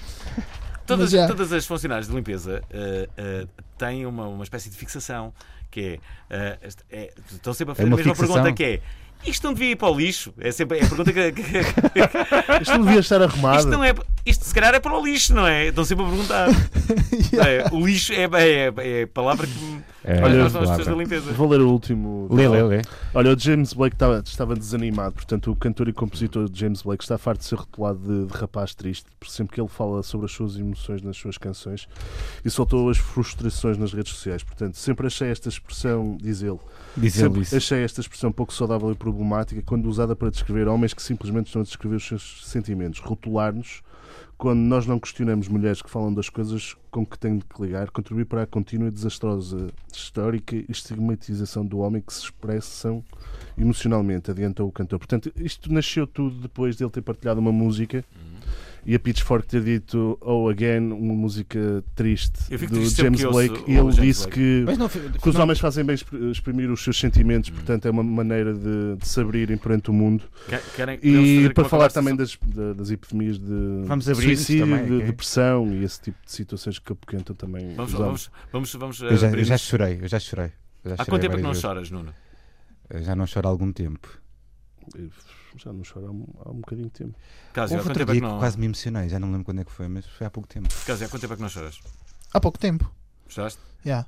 S1: Todas,
S5: Mas já.
S1: todas as funcionárias de limpeza ah, ah, têm uma, uma espécie de fixação, que é, ah, este- é- Estão sempre a fazer
S2: uma
S1: a mesma
S2: fixação.
S1: pergunta que é. Isto não devia ir para o lixo. É sempre é a pergunta que. que- que-
S3: Isto não devia estar
S1: isto,
S3: arrumado.
S1: não é, isto se calhar é para o lixo, não é? Estão sempre a perguntar. Não é? o lixo é, é, é a palavra que. me-
S2: É,
S3: Olha,
S1: Olha, nós,
S2: claro.
S1: nós, pessoas da limpeza.
S3: Vou ler o último.
S2: Lê, lê, lê.
S3: Olha, o James Blake estava, estava desanimado, portanto, o cantor e compositor James Blake está farto de ser rotulado de, de rapaz triste, por sempre que ele fala sobre as suas emoções nas suas canções e soltou as frustrações nas redes sociais. Portanto, sempre achei esta expressão, diz ele,
S2: Diz ele
S3: sempre
S2: isso.
S3: achei esta expressão um pouco saudável e problemática quando usada para descrever homens que simplesmente estão a descrever os seus sentimentos, rotular-nos quando nós não questionamos mulheres que falam das coisas com que têm de que ligar, contribui para a contínua e desastrosa histórica e estigmatização do homem que se expressam emocionalmente, adiantou o cantor. Portanto, isto nasceu tudo depois dele ter partilhado uma música e a Pitchfork ter dito Oh Again, uma música triste
S1: Eu fico
S3: do
S1: triste sempre
S3: James
S1: que ouço o
S3: Blake, e ele
S1: James
S3: disse
S1: Blake.
S3: que
S2: Mas não,
S3: que os homens fazem bem expr- exprimir os seus sentimentos,
S1: Hum.
S3: portanto é uma maneira de, de se abrirem perante o mundo.
S1: Que- Querem, podemos fazer
S3: E
S1: aqui
S3: para
S1: uma
S3: falar
S1: conversa
S3: também das, da- das epidemias de
S2: Vamos abrir isso
S3: suicídio,
S2: também,
S3: de
S2: ok.
S3: depressão e esse tipo de situações que apoquentam também
S1: Vamos,
S3: os homens.
S1: vamos, vamos, vamos
S2: Eu já,
S1: abrir
S2: eu já
S1: isto.
S2: chorei, eu já chorei. Eu já
S1: Há
S2: chorei
S1: quanto tempo é que não
S2: várias
S1: choras, Nuno?
S2: vezes. Eu Já não choro há algum tempo.
S3: Já não choro há, um- há um bocadinho de tempo.
S1: Cásio, há
S2: Houve
S1: quanto
S2: outro
S1: tempo
S2: dia
S1: é
S2: que
S1: que não,
S2: quase me emocionei, já não me lembro quando é que foi, mas foi há pouco tempo.
S1: Cásio, há quanto tempo é que não choras?
S5: Há pouco tempo.
S1: Gostaste?
S5: Yeah.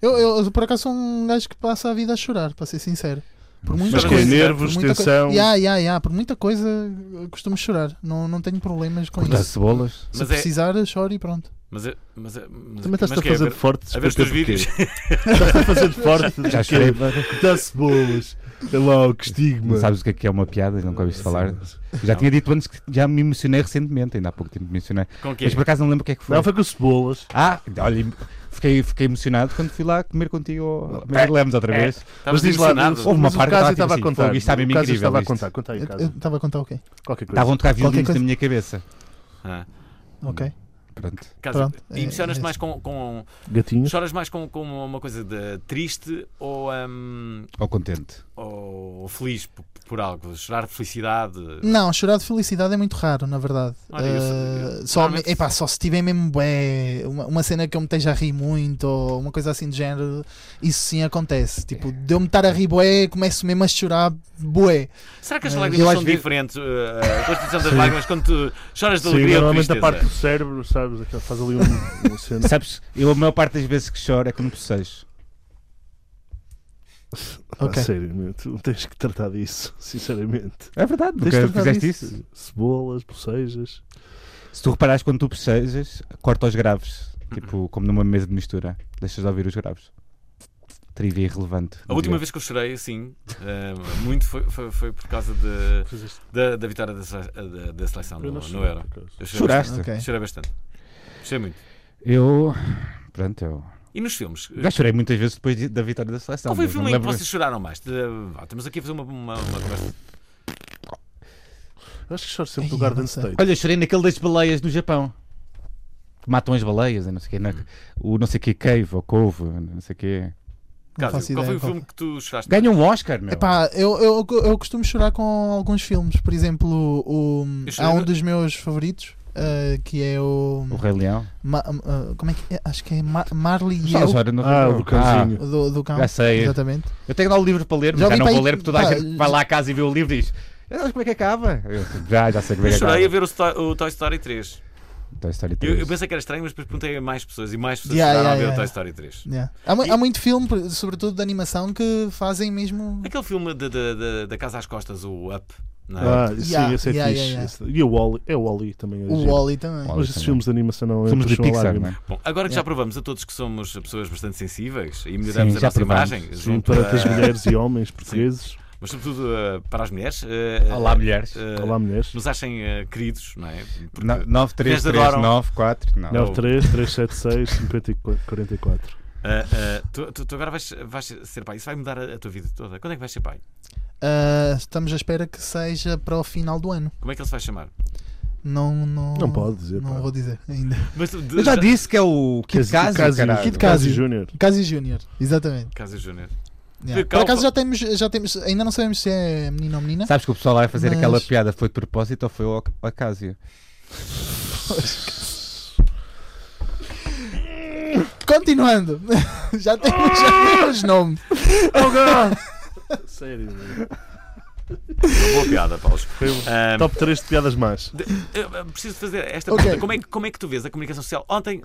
S5: Eu, eu, por acaso sou um gajo que passa a vida a chorar, para ser sincero. Por muita
S3: Mas que é
S5: coisa-
S3: nervos,
S5: por muita
S3: tensão.
S5: coisa- Ya, ya, ya, Por muita coisa eu costumo chorar. Não, não tenho problemas com
S2: Cortar
S5: isso.
S2: cebolas.
S5: Se
S1: Mas é-
S5: precisar, choro e pronto.
S1: Mas, é- mas, é- mas,
S3: Também estás
S1: mas
S3: a
S1: que é?
S3: fazer
S1: ver-
S3: forte.
S1: a ver os teus vídeos.
S3: Estás a fazer forte.
S2: Já
S3: de
S2: chorei.
S3: quê? Dá-se bolas. É lá o que estigma.
S2: Não sabes o que é que é uma piada, nunca ouviste falar. Já tinha dito antes que já me emocionei recentemente, ainda há pouco tempo me emocionei.
S1: Com quê?
S2: Mas por acaso não lembro o que é que foi.
S3: Não, foi com cebolas.
S2: Ah, olha, fiquei, fiquei emocionado quando fui lá comer contigo ao Miguel Lemos outra vez.
S1: Estavas
S3: diz lá,
S1: emocionado.
S3: mas
S2: Houve uma
S3: o
S2: parte
S3: Cássio
S2: lá, tipo
S3: estava a
S2: assim,
S3: contar.
S2: fogo, isto está mesmo
S3: o Cássio
S2: incrível,
S3: estava a
S2: isto.
S3: contar. Conta aí,
S5: Eu
S3: Cássio.
S5: eu estava a contar o quê?
S3: Qualquer coisa.
S2: Estavam a tocar
S5: Qualquer
S2: violinos na
S5: coisa.
S2: minha cabeça.
S1: Ah,
S5: Ok.
S2: Pronto.
S1: Cássio,
S5: Pronto, é-
S1: Emocionas-te
S5: é
S1: mais com, com-
S3: Gatinhos.
S1: Choras mais com, com uma coisa de triste ou, hum,
S2: Ou contente.
S1: ou feliz por, por algo? Chorar de felicidade?
S5: Não, chorar de felicidade é muito raro, na verdade.
S1: Então. Olha, eu sei-
S5: Eh, só, me-
S1: normalmente-
S5: epá, só se tiver mesmo bué, uma, uma cena que eu me esteja a rir muito ou uma coisa assim de género, isso sim acontece.
S1: É.
S5: Tipo, de eu me estar a rir bué, começo mesmo a chorar bué.
S1: Será que as
S5: Eu
S1: lágrimas
S5: acho
S1: são
S5: que-
S1: diferentes? uh, a constituição das lágrimas quando tu choras de
S3: Sim,
S1: alegria ou de
S3: normalmente a
S1: tristeza?
S3: parte do cérebro, sabes? aquela- Faz ali um- uma cena.
S2: Sabes, eu a maior parte das vezes que choro é quando bocejo.
S3: Pá,
S5: Ok.
S3: Sério, meu, tu tens que tratar disso, sinceramente.
S2: É verdade,
S3: Tens que
S2: nunca
S3: tratar
S2: fizeste
S3: disso.
S2: isso.
S3: Cebolas, bocejas.
S2: Se tu reparares quando tu bocejas, corta os graves.
S1: Uhum.
S2: Tipo, como numa mesa de mistura. Deixas de ouvir os graves. Trivia irrelevante.
S1: A última vez que eu chorei, assim, uh, muito foi, foi, foi por causa de-
S3: Fizeste-
S1: da, da vitória da, sele- da- da seleção
S3: Eu
S1: no,
S3: não
S1: no
S3: sei,
S1: Euro.
S3: por acaso.
S1: Eu chorei bastante.
S2: Choraste.
S5: Ok.
S1: Chorei bastante. Chorei muito.
S2: Eu. Pronto, eu.
S1: E nos filmes?
S2: Já chorei muitas vezes depois de- da vitória da seleção.
S1: Qual foi o
S2: mas Então, não
S1: um filme
S2: me
S1: em que
S2: lembro-
S1: vocês choraram mais? De- vá, estamos aqui a fazer uma, uma, uma conversa.
S3: Eu Acho que choro sempre
S5: Ai,
S3: do
S5: eu
S3: Garden
S5: não sei.
S3: State.
S2: Olha, eu chorei naquele das baleias no Japão. Que matam as baleias, e não sei o quê.
S1: Uhum.
S2: na- O não sei o quê, Cave ou Couve, não sei o quê.
S5: Não
S1: Cássio,
S5: faço
S1: qual foi
S5: ideia.
S1: o
S5: qual
S1: filme que tu choraste?
S2: Ganha um Oscar, meu.
S5: Epá, eu, eu, eu costumo chorar com alguns filmes. Por exemplo, o,
S1: Eu chorei
S5: há um
S1: no-
S5: dos meus favoritos. eh, que é o.
S2: O Rei Leão.
S5: Ma- ah, como é que é? Acho que é Ma- Marley e
S2: Estavas
S5: eu,
S2: ora no Rei
S3: Ah,
S2: Leão.
S3: o do cãozinho.
S5: do, do cão.
S2: já sei.
S5: Exatamente.
S2: Eu tenho lá o livro para ler, mas
S5: Já
S2: já,
S5: vi
S2: não
S5: para
S2: vou
S5: aí-
S2: ler porque toda a
S5: pá,
S2: gente vai
S5: já-
S2: lá à casa e vê o livro e diz: "Ah, mas como é que acaba? Eu, já, já sei como é
S1: Eu
S2: que
S1: chorei a
S2: acaba. Então
S1: ver o, Sto- o Toy Story 3.
S2: Toy Story
S1: Eu,
S2: 3.
S1: eu pensei que era estranho, mas depois perguntei a mais pessoas e mais pessoas
S5: Yeah,
S1: choraram a
S5: yeah,
S1: ver o Toy
S5: yeah.
S1: Story 3.
S5: Yeah. Há, mu-
S1: E-
S5: há muito filme, sobretudo de animação, que fazem mesmo.
S1: Aquele filme de- de- de- da Casa às Costas, o Up, não é?
S3: Ah,
S5: Yeah,
S3: sim, esse é
S5: yeah,
S3: fixe.
S5: yeah,
S3: esse- E o Wally, é o Wally também. é
S5: O
S3: giro.
S5: Wally também.
S2: Wall-E
S3: Mas esses
S2: também.
S3: filmes de animação não
S2: Filmes de
S3: puxam a
S2: Pixar,
S3: lágrima.
S2: não é?
S1: Bom, agora que já
S5: Yeah.
S1: provamos a todos que somos pessoas bastante sensíveis e melhoramos
S2: Sim,
S1: a
S2: já
S1: nossa
S2: provamos.
S1: imagem,
S3: Sim,
S1: junto
S3: para as
S1: a-
S3: mulheres e homens portugueses.
S1: mas sobretudo eh, para as mulheres. eh,
S2: Olá,
S1: eh,
S2: mulheres.
S1: eh,
S3: Olá, mulheres.
S1: Nos achem eh, queridos, não é? Porque-
S2: 9, 3,
S1: Eles
S2: 3,
S1: adoram.
S2: 9, 4.
S3: ah,
S2: Não.
S3: 93 376 5044.
S1: Ah, ah, tu, tu- tu agora vais, vais ser pai. Isso vai mudar a, a tua vida toda. Quando é que vais ser pai?
S5: Ah, estamos à espera que seja para o final do ano.
S1: Como é que ele se vai chamar?
S5: Não, não,
S3: Não pode dizer,
S5: Não
S3: pá.
S5: vou dizer ainda.
S1: Mas, tu- de-
S2: Eu já disse que é o Kid Casio, caralho.
S5: Kid Casio.
S3: Casio Júnior.
S5: Casio Júnior, exatamente.
S1: Cássio Júnior.
S5: Yeah.
S1: Que
S5: Por
S1: calma.
S5: acaso já temos, já temos, ainda não sabemos se é menino ou menina.
S2: Sabes que o pessoal lá vai fazer
S5: Mas-
S2: aquela piada foi de propósito ou foi ao Acásia?
S5: Continuando, já
S3: Ah!
S5: temos, já temos nome.
S3: Sério, meu.
S1: É Uma boa piada, Paulo.
S3: Foi o
S1: Ah,
S3: top 3 de piadas más.
S1: de- eu, eu preciso fazer esta
S5: Ok.
S1: pergunta. Como é, que- como é que tu vês a comunicação social? Ontem,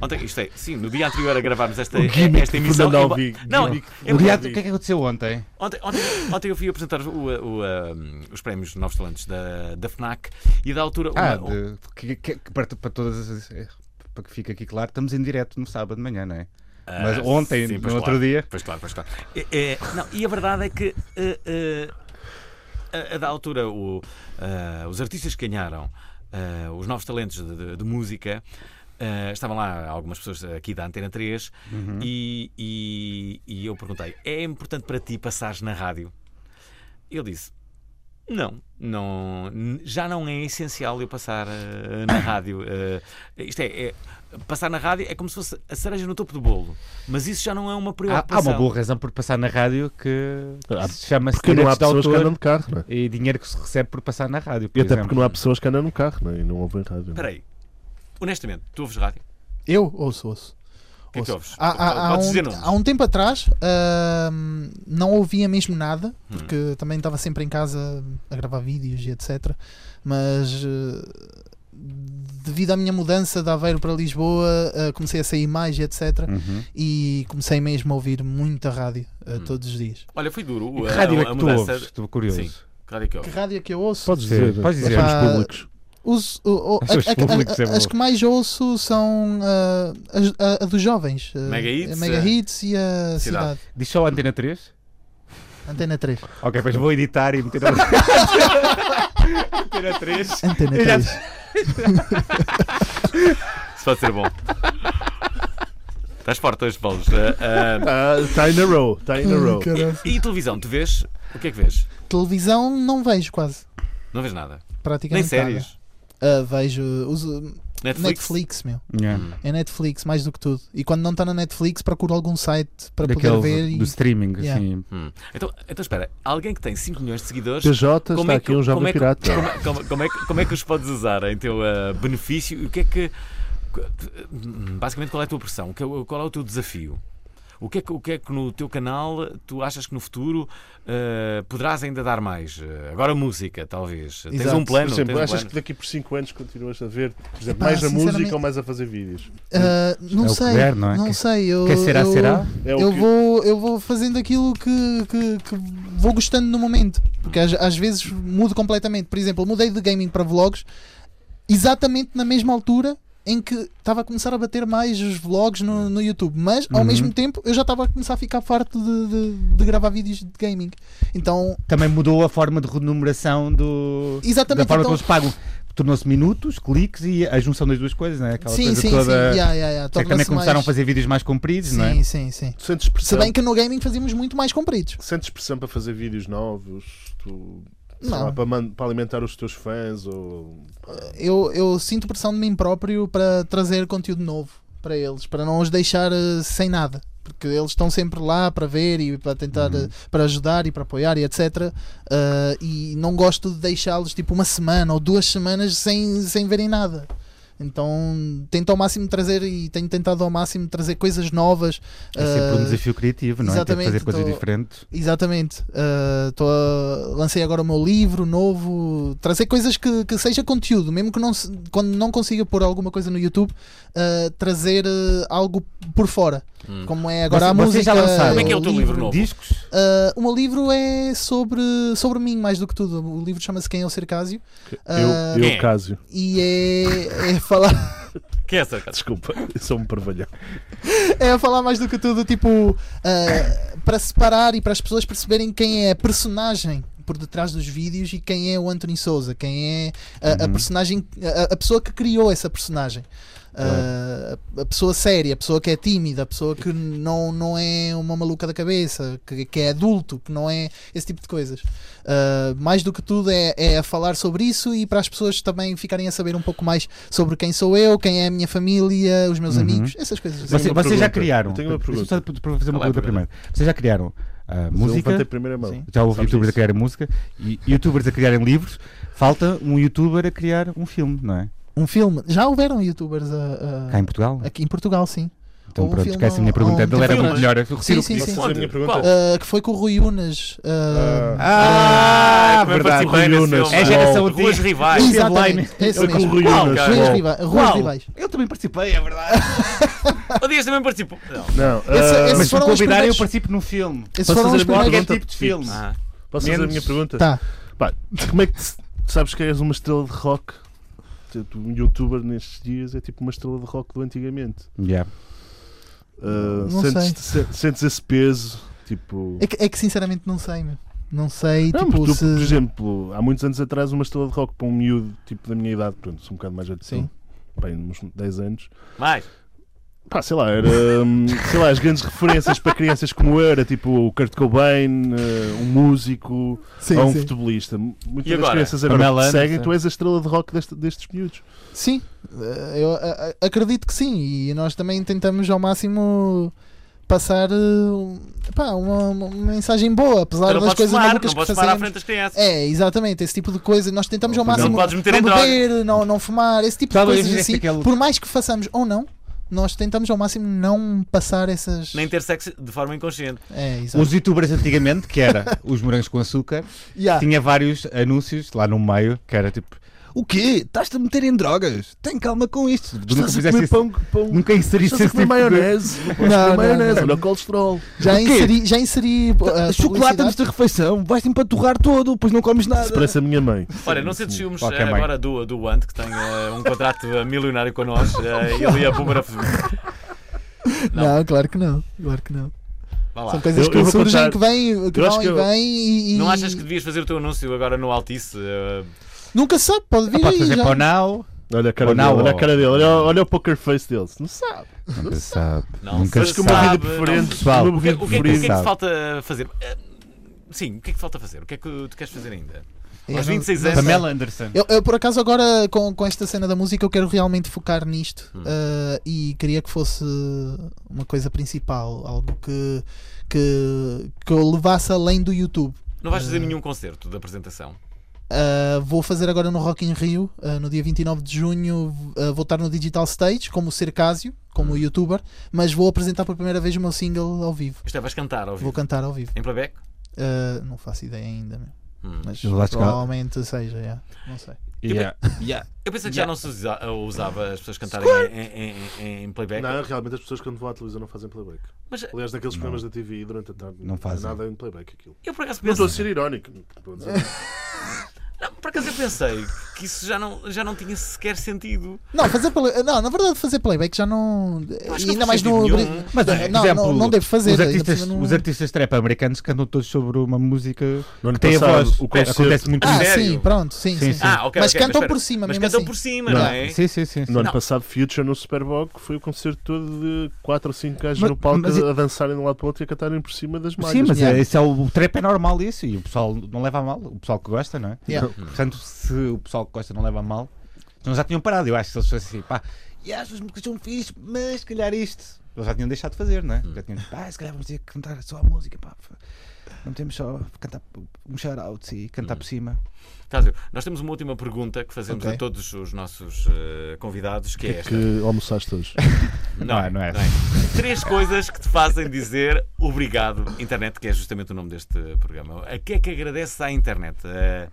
S1: ontem, isto é, sim, no dia anterior a gravarmos esta,
S3: gimmick
S1: esta
S3: de
S1: emissão.
S3: Fernando
S1: eu-
S3: Alvim.
S1: não,
S3: Gimmick.
S1: eu-
S2: O dia- o que é que aconteceu ontem?
S1: Ontem, ontem, ontem eu fui apresentar o, o, um, os prémios Novos Talentos da, da FNAC e da altura. uma-
S2: Ah, de- que- que- que para, para todas as. é, Para que fique aqui claro, estamos em direto no sábado de manhã, não é?
S1: Ah,
S2: Mas ontem,
S1: sim,
S2: no
S1: pois
S2: outro
S1: claro.
S2: dia.
S1: Pois claro, pois claro. É, é, não, e a verdade é que eh, eh, a- a da altura o, ah, os artistas que ganharam ah, os novos talentos de, de- de música. ah, estavam lá algumas pessoas aqui da Antena 3
S2: Uhum.
S1: e, e- e eu perguntei: é importante para ti passares na rádio? Ele disse: não, não, n- já não é essencial eu passar eh, na rádio. eh, isto é, é, passar na rádio é como se fosse a cereja no topo do bolo, mas isso já não é uma
S2: Há, há
S1: preocupação.
S2: uma boa razão por passar na rádio que
S3: Ah,
S2: se chama-se
S3: Porque não há
S2: direitos de
S3: pessoas que
S2: autor
S3: andam de carro, não é?
S2: e dinheiro que se recebe por passar na rádio. Por
S3: E até
S2: exemplo.
S3: porque não há pessoas que andam no carro, não é? E não ouvem rádio.
S1: Espera aí, honestamente, tu ouves rádio?
S5: Eu ouço, ouço.
S1: O que é que ouves?
S5: Há, há- há
S1: Podes dizer
S5: um,
S1: nomes.
S5: há um tempo atrás ahm, não ouvia mesmo nada, porque também estava sempre em casa a gravar vídeos e etc. Mas eh, de devido à minha mudança de Aveiro para Lisboa, eh, comecei a sair mais, e etc.
S2: Uhum.
S5: E comecei mesmo a ouvir muita rádio eh, todos os dias.
S1: Olha, foi duro.
S2: E que
S1: a-
S2: rádio
S1: a,
S2: é que
S1: a
S2: tu
S1: mudança.
S2: ouves? Estou curioso.
S1: Sim. Que rádio é que
S5: Que
S1: ouves?
S5: rádio é que eu ouço?
S3: Podes
S2: Sim,
S3: dizer,
S2: podes dizer.
S3: somos
S5: Ah,
S3: públicos.
S5: Uso- o- o-
S2: Os seus
S5: a- a- a-
S2: públicos é
S5: as
S2: bom.
S5: que mais ouço são ah, as- a, a dos jovens. ah,
S1: Mega Hits,
S5: a Mega
S1: ah,
S5: Hits e a
S1: Cidade.
S5: Cidade.
S2: Diz só a antena 3.
S5: Antena 3.
S2: Ok, depois vou editar e meter a antena 3.
S5: Antena
S2: Eu já-
S5: 3.
S1: Isso pode ser bom. Estás forte hoje, Paulo. Ah, ah,
S3: Está tá in a row, está in a row.
S5: Caralho.
S1: Eh, e televisão, tu vês? O que é que vês?
S5: Televisão não vejo quase.
S1: Não vês nada. Nem
S5: Praticamente. nada.
S1: séries.
S5: Ah, vejo. Uso
S1: Netflix.
S5: Netflix, meu.
S2: Yeah.
S1: Hum.
S5: É Netflix mais do que tudo. E quando não está na Netflix, procuro algum site para
S2: Daquele
S5: poder ver. e-
S2: do streaming, assim.
S5: Yeah.
S2: sim.
S1: Hum. Então, então espera, alguém que tem 5 milhões de seguidores,
S3: TJ,
S1: Como
S3: está
S1: é que-
S3: aqui um jovem
S1: como é que-
S3: pirata.
S1: como, é- como- como é, que- como é que os podes usar em teu ah, benefício? E O que é que. hum, Basicamente, qual é a tua pressão? O que é o- Qual é o teu desafio? O que, é que, o que é que no teu canal tu achas que no futuro ah, poderás ainda dar mais? Ah, agora música, talvez. Tens
S5: Exato.
S1: um plano.
S3: Por exemplo,
S1: tens um
S3: achas
S1: plano.
S3: que daqui por 5 anos continuas a ver, por exemplo,
S5: Epá,
S3: mais a
S5: sinceramente-
S3: música ou mais a fazer vídeos?
S5: Ah, não
S2: É o que
S5: sei.
S2: der, não é? Quer-
S5: sei. Eu,
S2: Quer será,
S5: eu-
S2: será?
S3: É o
S5: eu,
S3: que-
S5: vou, eu vou fazendo aquilo que, que- que vou gostando no momento. Porque às, às vezes mudo completamente. Por exemplo, eu mudei de gaming para vlogs exatamente na mesma altura em que estava a começar a bater mais os vlogs no, no YouTube. Mas ao
S2: Uhum.
S5: mesmo tempo eu já estava a começar a ficar farto de, de- de gravar vídeos de gaming. Então,
S2: Também mudou a forma de renumeração do.
S5: exatamente.
S2: da forma
S5: então,
S2: que eles pagam. Tornou-se minutos, cliques e a junção das duas coisas, né? Aquela
S5: sim,
S2: coisa
S5: sim, sim.
S2: toda.
S5: Yeah, yeah, yeah.
S2: É que também
S5: Torna-se
S2: começaram
S5: mais-
S2: a fazer vídeos mais compridos, não é? Então
S5: Sim, sim, sim.
S3: Sentes
S5: Se
S3: pressão,
S5: bem que no gaming fazíamos muito mais compridos.
S3: sentes pressão para fazer vídeos novos? Tu- sei
S5: Não.
S3: lá, para, man- para alimentar os teus fãs? Ou...
S5: eu, eu sinto pressão de mim próprio para trazer conteúdo novo para eles, para não os deixar eh, sem nada. Porque eles estão sempre lá para ver e para tentar,
S2: Uhum.
S5: eh, para ajudar e para apoiar e etc. Eh, e não gosto de deixá-los tipo uma semana ou duas semanas sem, sem verem nada. Então tento ao máximo trazer e tenho tentado ao máximo trazer coisas novas.
S2: É sempre um
S5: eh,
S2: desafio criativo, não é? Tem que
S5: exatamente,
S2: fazer coisas
S5: tô-
S2: diferentes.
S5: Exatamente. Ah, tô a- Lancei agora o meu livro novo. Trazer coisas que, que seja conteúdo, mesmo que não se- quando não consiga pôr alguma coisa no YouTube, ah, trazer ah, algo por fora.
S1: Hum.
S5: Como é agora a
S2: Vocês já
S5: música.
S2: lançaram
S1: Como é que é o teu livro novo?
S2: Discos?
S5: Ah, o meu livro é sobre, sobre mim, mais do que tudo. O livro chama-se Quem é o Circásio Ah,
S3: eu, eu
S1: quem é?
S3: Cásio.
S5: e é, é falar.
S1: Que é essa, cara?
S3: Desculpa, eu sou um parvalhão.
S5: é a falar mais do que tudo, tipo, ah, para separar e para as pessoas perceberem quem é a personagem por detrás dos vídeos e quem é o Anthony Souza, quem é a, a personagem, a, a pessoa que criou essa personagem. Ah, a, a pessoa séria, a pessoa que é tímida, a pessoa que não, não é uma maluca da cabeça, que, que é adulto, que não é esse tipo de coisas. Ah, mais do que tudo é, é a falar sobre isso e para as pessoas também ficarem a saber um pouco mais sobre quem sou eu, quem é a minha família, os meus
S2: Uhum.
S5: amigos, essas coisas. assim.
S3: Tenho
S2: Você-
S3: uma
S2: vocês já
S3: pergunta.
S2: criaram.
S3: Eu tenho uma
S2: Deixa-me
S3: pergunta.
S2: só para fazer uma
S1: Qual é a
S2: pergunta primeiro. Vocês já criaram ah, música?
S3: Levantei primeira mão.
S5: Sim.
S2: Já houve
S3: Sabes
S2: youtubers a
S3: disso.
S2: criarem música e youtubers a criarem livros. Falta um youtuber a criar um filme, não é?
S5: Um filme. Já houveram youtubers a- a-
S2: Cá em Portugal?
S5: aqui em Portugal, sim.
S2: Então
S5: houve um
S2: pronto,
S5: filme
S2: esquece a minha
S5: há-
S2: pergunta.
S5: há um
S2: Ele era
S1: tempo
S2: muito
S1: atrás.
S2: melhor. Eu retiro o que
S5: Sim,
S2: disse.
S5: sim.
S3: Essa é a minha pergunta.
S5: Ah, que foi com o Rui Unas. ah,
S2: Ah,
S1: Como é
S2: verdade.
S1: que participaram nesse
S2: Unas.
S1: filme?
S2: É a geração
S1: Uau. Ruas
S2: antiga.
S1: rivais.
S2: Sim.
S5: exatamente. Esse
S3: Eu com o
S5: mesmo.
S3: Rui
S1: Uau,
S3: Unas,
S1: cara.
S5: Ruas
S3: uau.
S5: Rivais. Ruas
S2: Uau,
S5: Rivais.
S2: Eu também participei, é verdade.
S1: O Dias também participou. Não.
S3: Não,
S5: Esse-
S3: ah,
S5: esse-
S2: Mas se me
S5: foram os
S2: convidarem, eu
S5: primeiros-
S2: participo num filme.
S5: Esses
S3: Posso
S5: foram
S3: fazer
S5: os
S3: a minha
S5: primeiros.
S2: Qualquer
S3: pergunta?
S2: tipo de filme.
S1: Ah.
S3: posso fazer a
S2: menos-
S3: minha pergunta?
S5: Tá.
S3: Pá, como é que se- sabes que és uma estrela de rock? Tipo, Um youtuber nestes dias é tipo uma estrela de rock do antigamente.
S2: Yeah.
S3: Ah,
S5: Não
S3: sentes, se- sentes esse peso? Tipo.
S5: É que, é que sinceramente não sei, meu. Não sei,
S3: Não,
S5: tipo,
S3: mas tu,
S5: se.
S3: por exemplo, há muitos anos atrás, uma estrela de rock para um miúdo tipo da minha idade, pronto, sou um bocado mais velho que tu,
S5: Sim.
S3: bem, uns 10 anos,
S1: Mais.
S3: pá, sei lá, era, hum, sei lá, as grandes referências para crianças como eu era tipo o Kurt Cobain, eh, um músico
S5: Sim,
S3: ou um
S5: sim.
S3: futebolista. Muitas
S1: E
S3: das
S1: agora?
S3: crianças
S2: Pamela
S3: agora que te
S2: Anderson.
S3: seguem, tu és a estrela de rock deste- destes miúdos.
S5: Sim, eh, eu eh, acredito que sim. E nós também tentamos ao máximo passar eh, um- pá, uma, uma mensagem boa, apesar
S1: Eu Então não
S5: das
S1: podes
S5: coisas
S1: fumar,
S5: malucas
S1: não
S5: que
S1: podes
S5: fazemos.
S1: parar à frente das crianças.
S5: É, exatamente, esse tipo de coisa. Nós tentamos ao
S3: Não
S5: máximo
S1: podes meter em
S5: não
S1: droga.
S5: beber, não, não fumar, esse tipo
S2: Talvez
S5: de coisas
S2: esse
S5: assim.
S2: aquele-
S5: Por mais que façamos ou não, nós tentamos ao máximo não passar essas.
S1: Nem ter sexo de forma inconsciente.
S5: É, exato.
S2: Os youtubers antigamente, que era os morangos com açúcar,
S5: Yeah.
S2: tinha vários anúncios lá no meio, que era tipo O quê? Estás-te a meter em drogas? Tem calma com isto. Tu nunca
S3: Estás a comer
S2: fizeste
S3: pão, pão.
S2: isso- Nunca inseriste
S3: Estás a
S2: esse
S3: comer
S2: tipo de...
S3: maionese. Não podes
S5: Não,
S3: comer
S5: não,
S3: maionese.
S5: não.
S3: Olha o colesterol.
S5: Já
S2: O quê?
S5: inseri, já inseri uh,
S2: Então, Chocolate antes da refeição, vais-te empanturrar todo, depois não comes nada.
S3: Se parece a minha mãe.
S1: Olha, não sei dos ciúmes
S2: Qualquer
S1: eh,
S2: mãe.
S1: agora do, do Ant, que tem eh, um contrato eh, milionário com nós, eh, ele e a Búmara.
S5: Não. claro que não. Claro que não.
S1: Vá lá.
S5: São coisas
S3: Eu-
S5: que
S3: eu vou
S5: surgem,
S3: contar-
S5: que vêm, que
S3: eu acho
S5: vão
S3: que
S5: e
S3: eu-
S5: vêm e, e-
S1: Não achas que devias fazer o teu anúncio agora no Altice? eh,
S5: Nunca se sabe, pode vir
S2: Pode
S5: aí
S2: Ah, fazer
S5: já.
S2: para o now.
S3: Olha a cara
S2: Ou não,
S3: dele. Olha a
S2: ou-
S3: cara dele. Olha, olha o poker face dele. Não sabe.
S2: Nunca sabe.
S1: Não,
S2: Nunca
S1: se-
S2: se
S3: Acho que o meu
S2: sabe.
S3: vídeo
S1: Sabe, não.
S3: preferido.
S2: Pessoal,
S3: o meu
S1: O que, é-
S3: vídeo
S1: o que é que- o que é que
S2: Sabe.
S1: te falta fazer? Eh, Sim, o que é que falta fazer? O que é que tu queres fazer ainda?
S5: Eu
S1: Aos
S5: não-
S1: 26
S5: não
S1: anos.
S5: sei.
S2: Pamela Anderson.
S5: Eu, eu, por acaso, agora com, com esta cena da música, eu quero realmente focar nisto eh, e queria que fosse uma coisa principal, algo que, que, que eu levasse além do YouTube.
S1: Não vais
S2: Eh.
S1: fazer nenhum concerto de apresentação.
S5: Uh, vou fazer agora no Rock in Rio, uh, no dia 29 de junho, uh, vou estar no Digital Stage como Cercásio, como youtuber, mas vou apresentar pela primeira vez o meu single ao vivo.
S1: Isto é, vais cantar ao
S5: Vou
S1: vivo.
S5: cantar ao vivo.
S1: Em playback?
S5: Uh, não faço ideia ainda, meu.
S1: Hum.
S5: mas
S2: Eu acho que-
S5: provavelmente seja, yeah. não sei.
S2: Yeah.
S1: Eu pensei que já não se usa- eh, usava as pessoas cantarem em, em- em- em playback.
S3: Não, realmente as pessoas quando vão à televisão não fazem playback.
S1: Mas eh,
S3: Aliás, naqueles programas da TV durante a tarde
S2: Não fazem. É.
S3: nada em playback aquilo.
S1: eu por acaso
S3: Não
S1: penso.
S3: estou a ser irónico. estou a dizer.
S1: Não, por acaso eu pensei que isso já não, já não tinha sequer sentido.
S5: Não, fazer play... não, na verdade fazer playback já não.
S1: acho
S5: e
S1: que
S5: ainda
S1: não
S5: mais
S1: faz
S5: no. eh,
S1: sentido nenhum. né?
S2: Mas, por
S5: não, não,
S2: exemplo,
S5: não, não devo fazer.
S2: Os
S5: ainda por
S2: artistas,
S5: cima não-
S2: os artistas trap americanos cantam todos sobre uma música
S3: No ano
S2: que tem a
S3: passado,
S2: voz.
S3: o concerto-
S2: Acontece muito
S5: Ah,
S2: isso.
S1: Sério?
S5: sim, pronto, sim,
S2: Sim,
S5: sim.
S2: sim.
S1: Ah, ok.
S5: Mas
S1: ok,
S5: cantam
S1: espera.
S5: por cima,
S1: Mas
S5: mesmo
S1: cantam
S5: assim.
S1: por cima,
S3: Não,
S1: não, é?
S2: Sim, sim, sim. sim.
S3: No ano
S1: Não.
S3: passado, Future no Superbock foi o concerto todo de 4 ou 5 gajos
S2: Mas-
S3: no palco
S2: mas-
S3: a dançarem de um lado para o outro e a cantarem por cima das malhas.
S2: Sim, mas
S5: Yeah.
S2: é, esse é o, o trap é normal isso e o pessoal não leva a mal, o pessoal que gosta, não é?
S5: Yeah.
S2: Portanto, se o pessoal que gosta não leva a mal, então já tinham parado. Eu acho que se eles fossem assim, pá, e as suas músicas são fixe, mas se calhar isto. Eles já tinham deixado de fazer, não
S3: Hum.
S2: é? Já tinham dito, ah, se calhar vamos ter que cantar só a música, pá. Não temos só cantar um shout-out e cantar
S3: Hum.
S2: por cima.
S1: Estás Tá a ver? Nós temos uma última pergunta que fazemos
S5: Ok.
S1: a todos os nossos eh, convidados, que é esta.
S3: Que almoçaste hoje.
S2: Não é, não é.
S1: Três coisas que te fazem dizer obrigado, internet, que é justamente o nome deste programa. A que é que agradeces à internet? Eh,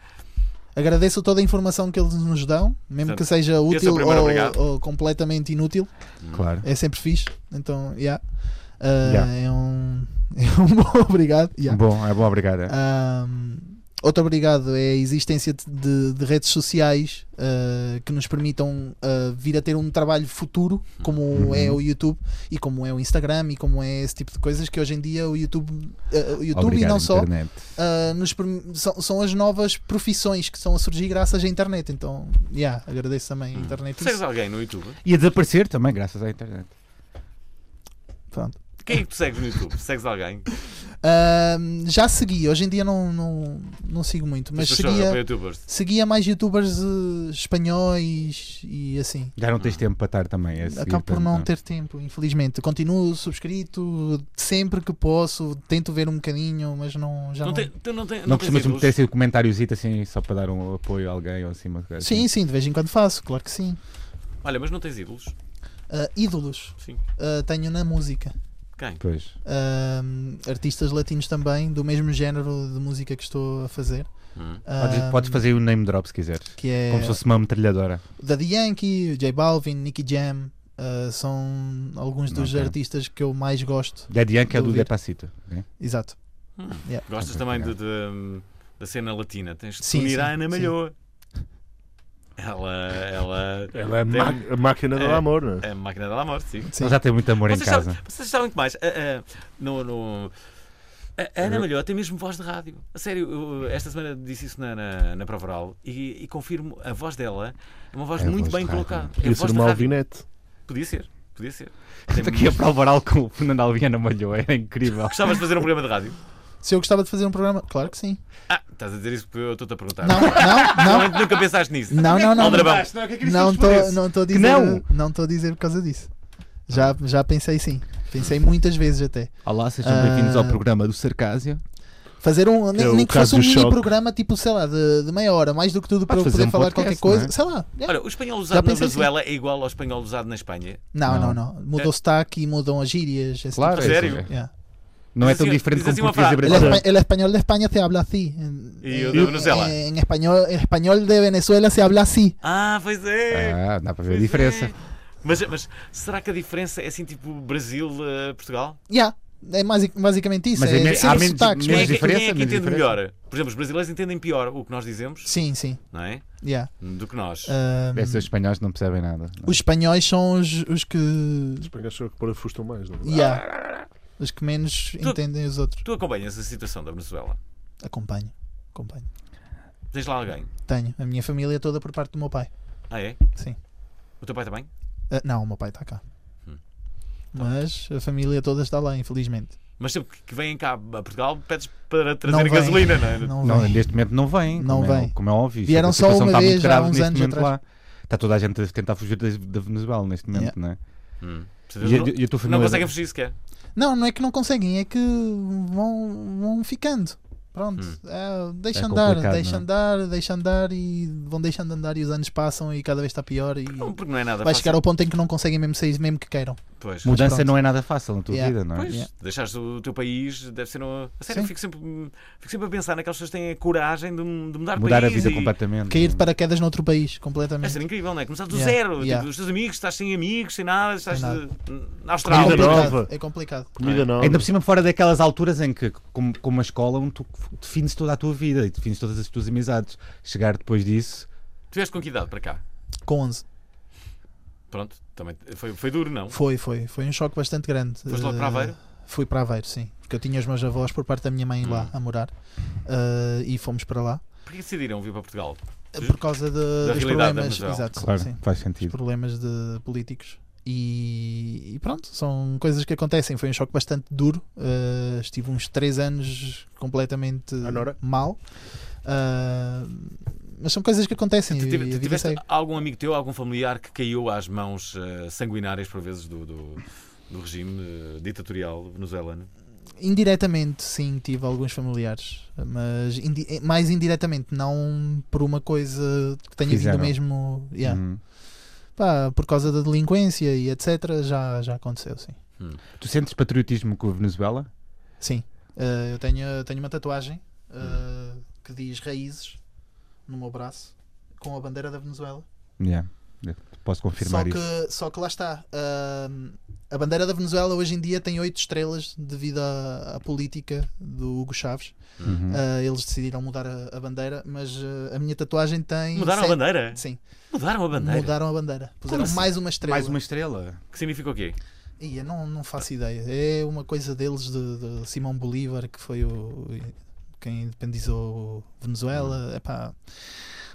S5: Agradeço toda a informação que eles nos dão, mesmo
S1: Portanto,
S5: que
S1: esse
S5: seja
S1: é o
S5: útil
S1: primeiro obrigado.
S5: ou, ou completamente inútil.
S2: Claro.
S5: É sempre fixe. Então, yeah. Uh,
S2: Yeah.
S5: É um. É um bom obrigado. yeah.
S2: Bom, é bom, obrigado. é.
S5: Um, outro obrigado é a existência de- de, de redes sociais uh, que nos permitam uh, vir a ter um trabalho futuro, como
S2: Uhum.
S5: é o YouTube e como é o Instagram e como é esse tipo de coisas que hoje em dia o YouTube, uh, o YouTube e
S2: Obrigado,
S5: não só,
S2: internet.
S5: uh, nos perm- são, são as novas profissões que estão a surgir graças à internet. Então, yeah, agradeço
S2: Hum.
S5: também a internet.
S1: tu segues
S5: Isso.
S1: alguém no YouTube?
S2: E a desaparecer também, graças à internet.
S5: Pronto.
S1: Quem é que tu segues no YouTube? Segues alguém?
S5: Um, já segui, hoje em dia não, não, não sigo muito, mas
S1: As pessoas
S5: seguia.
S1: são youtubers.
S5: seguia mais youtubers eh, espanhóis e assim.
S2: Já não tens tempo para estar também. A seguir,
S5: Acabo por
S2: portanto,
S5: não ter tempo, infelizmente. Continuo subscrito sempre que posso, tento ver um bocadinho, mas não já
S1: Não
S5: não. É
S1: tem, tu não tem,
S2: Não
S1: tens
S2: costumas
S1: ídolos?
S2: meter esse comentáriozito assim só para dar um apoio a alguém ou assim uma coisa assim?
S5: Sim, sim, de vez em quando faço, claro que sim.
S1: Olha, mas não tens ídolos?
S5: Ah, ídolos
S1: Sim.
S5: ah, tenho na música.
S1: Quem?
S2: Pois.
S5: Ah, artistas latinos também, do mesmo género de música que estou a fazer.
S1: Hum.
S5: Ah,
S2: Podes, podes fazer o name drop se quiseres.
S5: Que é
S2: Como se fosse uma metralhadora.
S5: o Daddy Yankee, o J Balvin, Nicky Jam. ah, são alguns dos
S2: Ok.
S5: artistas que eu mais gosto.
S2: Daddy Yankee é do
S5: Duvido.
S2: Depacito. ok?
S5: Exato.
S1: Hum.
S5: Yeah.
S1: Gostas
S2: Ok,
S1: também de,
S2: obrigado.
S1: de- da cena latina? Tens de
S5: Sim,
S1: unir
S5: sim,
S1: à Ana
S5: sim.
S1: Malhoa. Ela, ela
S3: Ela é
S1: Tem-
S3: ma- a máquina do
S1: é-
S3: amor, não é?
S1: é a máquina da morte, sim.
S5: Sim.
S2: Ele já tem muito amor em
S1: Vocês sabem,
S2: casa.
S1: vocês sabem que mais? Ah, ah, no, no- a a
S2: Uhum.
S1: Ana Malhoa tem mesmo voz de rádio. A sério, eu, esta semana disse isso na, na, na prova oral e, e confirmo, a voz dela é uma voz
S2: É a
S1: muito
S2: voz
S1: bem
S2: de rádio.
S1: colocada. É
S3: Podia
S1: a
S3: ser
S1: voz de
S3: uma
S1: rádio.
S3: alvinete.
S1: Podia ser, podia ser.
S2: Estou aqui a provar com o Fernando Alviana Malhou. Era incrível.
S1: Gostavas de fazer um programa de rádio?
S5: Se eu gostava de fazer um programa, claro que sim.
S1: Ah, estás a dizer isso porque eu estou-te a perguntar.
S5: Não, não,
S1: Realmente nunca pensaste nisso.
S5: não, não, não, não.
S1: Aldrabão.
S5: Não estou não tô a dizer,
S2: não?
S5: não estou a dizer por causa disso. Já já pensei sim. Pensei muitas vezes até.
S2: Olá, sejam
S5: Ah.
S2: bem-vindos ao programa do Sarcásio.
S5: Fazer um nem,
S3: É o
S5: nem que fosse
S3: caso
S5: um
S3: do
S5: mini
S3: choque.
S5: programa tipo, sei lá, de, de meia hora, mais do que tudo para eu
S2: Podes
S5: poder
S2: fazer um
S5: falar
S2: podcast,
S5: qualquer coisa,
S2: não é?
S5: sei lá. é.
S1: Olha, o espanhol
S5: Já
S1: usado na
S5: pensei assim.
S1: Venezuela é igual ao espanhol usado na Espanha. É.
S5: Não, não, não. Mudou o sotaque e mudam as gírias, esse
S2: Claro,
S1: A
S2: é
S5: tipo
S2: isso,
S5: de
S1: sério?
S2: é.
S5: coisa. Yeah.
S2: Não é
S1: Diz
S2: tão
S1: assim-
S2: diferente
S1: diz
S2: como
S1: assim uma
S2: português e
S1: frase.
S5: El,
S2: brasileiro.
S5: espa- el español de España se habla así. En,
S1: Y yo
S5: en-
S1: de Venezuela.
S5: en español, el español de Venezuela se habla así.
S1: Ah, pois é.
S2: Ah, dá para ver a
S1: pois
S2: diferença.
S1: é. Mas, mas será que a diferença é assim tipo Brasil-Portugal?
S5: Ya, es basi- básicamente eso.
S2: Mas
S5: es
S2: é me-
S5: sempre
S2: há menos-
S5: sotaques,
S1: Quem é, que, quem é
S2: menos
S5: mas-
S1: que
S2: diferença, menos
S1: entende
S2: diferença.
S1: melhor? Por exemplo, os brasileiros entendem pior o que nós dizemos,
S5: Sim, sim. Ah.
S1: não é?
S5: Yeah.
S1: Do que nós.
S5: Ahm,
S2: Esses espanhóis não percebem nada. não.
S5: os espanhóis são os, os que.
S3: Os espanhóis são os que parafustam mais, não é?
S5: Yeah, os que menos
S1: Tu-
S5: entendem os outros.
S1: Tu acompanhas a situação da Venezuela?
S5: Acompanho. Acompanho.
S1: Tens lá alguém?
S5: Tenho. A minha família é toda por parte do meu pai.
S1: Ah, é?
S5: Sim.
S1: O teu pai também?
S5: Ah, não, o meu pai está cá.
S1: Hum.
S5: Mas a família toda está lá, infelizmente.
S1: Mas sempre que vêm cá a Portugal, pedes para
S5: Não
S1: trazer
S5: vem.
S1: gasolina, não é?
S5: Não,
S2: Não,
S5: vem.
S2: neste momento não vêm.
S5: Não
S2: como, É,
S5: vêm.
S2: como é óbvio.
S5: Vieram
S2: A
S5: só
S2: situação
S5: uma
S2: está
S5: vez
S2: muito
S5: há
S2: grave
S5: uns
S2: neste
S5: anos
S2: momento
S5: atrás.
S2: lá. Está toda a gente a tentar fugir da, da Venezuela neste momento, não é?
S1: Hum. Portanto,
S5: é
S2: E, a-
S1: não-
S2: e a tua
S1: não
S2: família.
S1: conseguem fugir sequer.
S5: Não, não é que não conseguem, é que vão, vão ficando. Pronto,
S1: Hum.
S5: Ah, deixa
S2: É
S5: andar,
S2: complicado,
S5: deixa
S2: não é?
S5: andar, deixa andar e vão deixando andar e os anos passam e cada vez está pior e
S1: Não, porque não é nada
S5: vai
S1: fácil.
S5: chegar ao ponto em que não conseguem mesmo sair, mesmo que queiram.
S1: Pois,
S2: Mudança
S5: Pronto.
S2: não é nada fácil na tua
S5: Yeah.
S2: vida, não é?
S1: pois
S5: Yeah.
S1: deixares o teu país deve ser uma. A sério,
S5: Sim.
S1: fico sempre, fico sempre a pensar naquelas pessoas que têm a coragem de, de mudar,
S2: Mudar a
S1: país
S2: vida
S1: e-
S2: completamente. é?
S5: Cair de
S2: para
S5: paraquedas noutro país,
S1: Deve
S5: completamente.
S1: ser incrível, não Hum. é? Começar do
S5: Yeah.
S1: zero. tipo,
S5: Yeah.
S1: os teus amigos, estás sem amigos, sem nada, estás
S5: Sem
S1: de- na
S5: É
S1: Austrália.
S3: Vida Comida
S5: complicado,
S3: nova.
S5: é complicado.
S3: Comida não.
S2: Ainda por cima, fora daquelas alturas em que, como, como a escola, onde tu defines toda a tua vida e defines todas as tuas amizades. Chegar depois disso,
S1: Tu vieste com que idade para cá?
S5: Com 11.
S1: Pronto, também foi, foi duro, não?
S5: Foi, foi. Foi um choque bastante grande.
S1: Foste logo para
S5: Eh,
S1: Aveiro?
S5: Fui para Aveiro, sim. Porque eu tinha os meus avós por parte da minha mãe
S1: Hum.
S5: lá a morar. Eh, e fomos para lá.
S1: Porquê decidiram vir para Portugal? Sim.
S5: Por causa de, dos
S1: realidade da
S5: problemas.
S1: Venezuela.
S5: Exato,
S2: claro,
S5: sim.
S2: faz
S5: Os
S2: sentido.
S5: problemas de políticos. E, e pronto, são coisas que acontecem. Foi um choque bastante duro. Eh, estive uns 3 anos completamente
S3: Anora?
S5: mal. Eh, mas são coisas que acontecem.
S1: Tu
S5: e
S1: tive-
S5: a
S1: tu
S5: vida
S1: tiveste
S5: segue.
S1: algum amigo teu, algum familiar que caiu às mãos eh, sanguinárias, por vezes, do, do, do regime eh, ditatorial venezuelano?
S5: Indiretamente, sim, tive alguns familiares, mas indi- eh, mais indiretamente, não por uma coisa que tenha
S2: Fizeram.
S5: vindo mesmo. yeah.
S2: Uhum.
S5: Pá, por causa da delinquência e etc. Já, já aconteceu, sim.
S2: Tu sentes patriotismo com a Venezuela?
S5: Sim, Eh, eu tenho, eu tenho uma tatuagem eh, que diz raízes no meu braço com a bandeira da Venezuela.
S2: Yeah. Eu Posso confirmar
S5: só que,
S2: isso.
S5: Só que lá está. ahm, a bandeira da Venezuela hoje em dia tem oito estrelas devido à, à política do Hugo Chaves.
S1: Hum.
S2: Uhum.
S5: Ah, eles decidiram mudar a, a bandeira, mas ah, a minha tatuagem tem.
S1: Mudaram a
S5: sete-
S1: bandeira?
S5: Sim,
S1: Mudaram a bandeira?
S5: mudaram a bandeira. Puseram
S1: assim?
S5: mais uma estrela.
S2: Mais uma estrela.
S1: Que significa o quê?
S5: Ia, não, não faço ideia. É uma coisa deles de, de Simão Bolívar, que foi o, quem independizou
S1: Hum.
S5: Venezuela. Epá.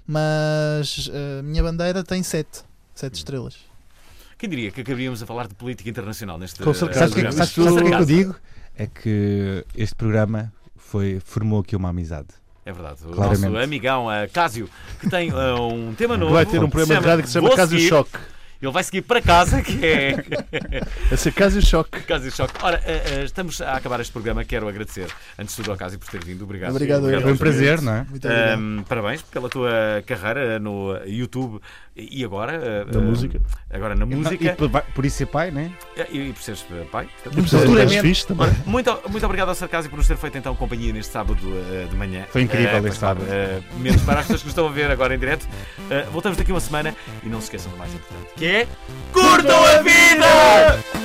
S5: Mas ah, a minha bandeira tem sete. Sete
S1: Hum.
S5: estrelas.
S1: Quem diria que acabaríamos a falar de política internacional neste
S3: Com
S1: eh,
S3: certeza.
S2: Sabes o que, é que-
S1: programa?
S2: sabes- sabes o que é que eu digo? É que este programa foi, formou aqui uma amizade.
S1: É verdade. O
S2: Claramente.
S1: nosso amigão eh, Cásio, que tem eh, um tema novo.
S3: Vai ter um programa de rádio que se chama
S1: Vou
S3: Caso
S1: seguir.
S3: Choque.
S1: Ele vai seguir para casa, que é
S3: A ser Caso Choque.
S1: Cássio Choque. Ora, eh, eh, estamos a acabar este programa. Quero agradecer, antes de tudo, ao Cássio por ter vindo. Obrigado.
S5: Obrigado, eu.
S2: Foi um
S1: aos
S2: prazer, não é?
S5: Muito obrigado.
S1: Ahm, parabéns pela tua carreira no YouTube e agora ah,
S3: Da
S1: ah,
S3: música.
S1: Agora na
S2: E
S1: música
S2: por, por isso é pai, né?
S1: e, e por seres pai.
S3: E por ser
S1: é
S2: Futuramente.
S3: gajo fixe também.
S1: Ora, muito, muito obrigado ao Sarcásio por nos ter feito então companhia neste sábado ah, de manhã.
S2: Foi incrível
S1: Ah,
S2: este
S1: pois,
S2: sábado.
S1: ah, menos para as pessoas que nos estão a ver agora em direto. Eh, Ah, voltamos daqui uma semana e não se esqueçam do mais importante que é. Curtam a vida!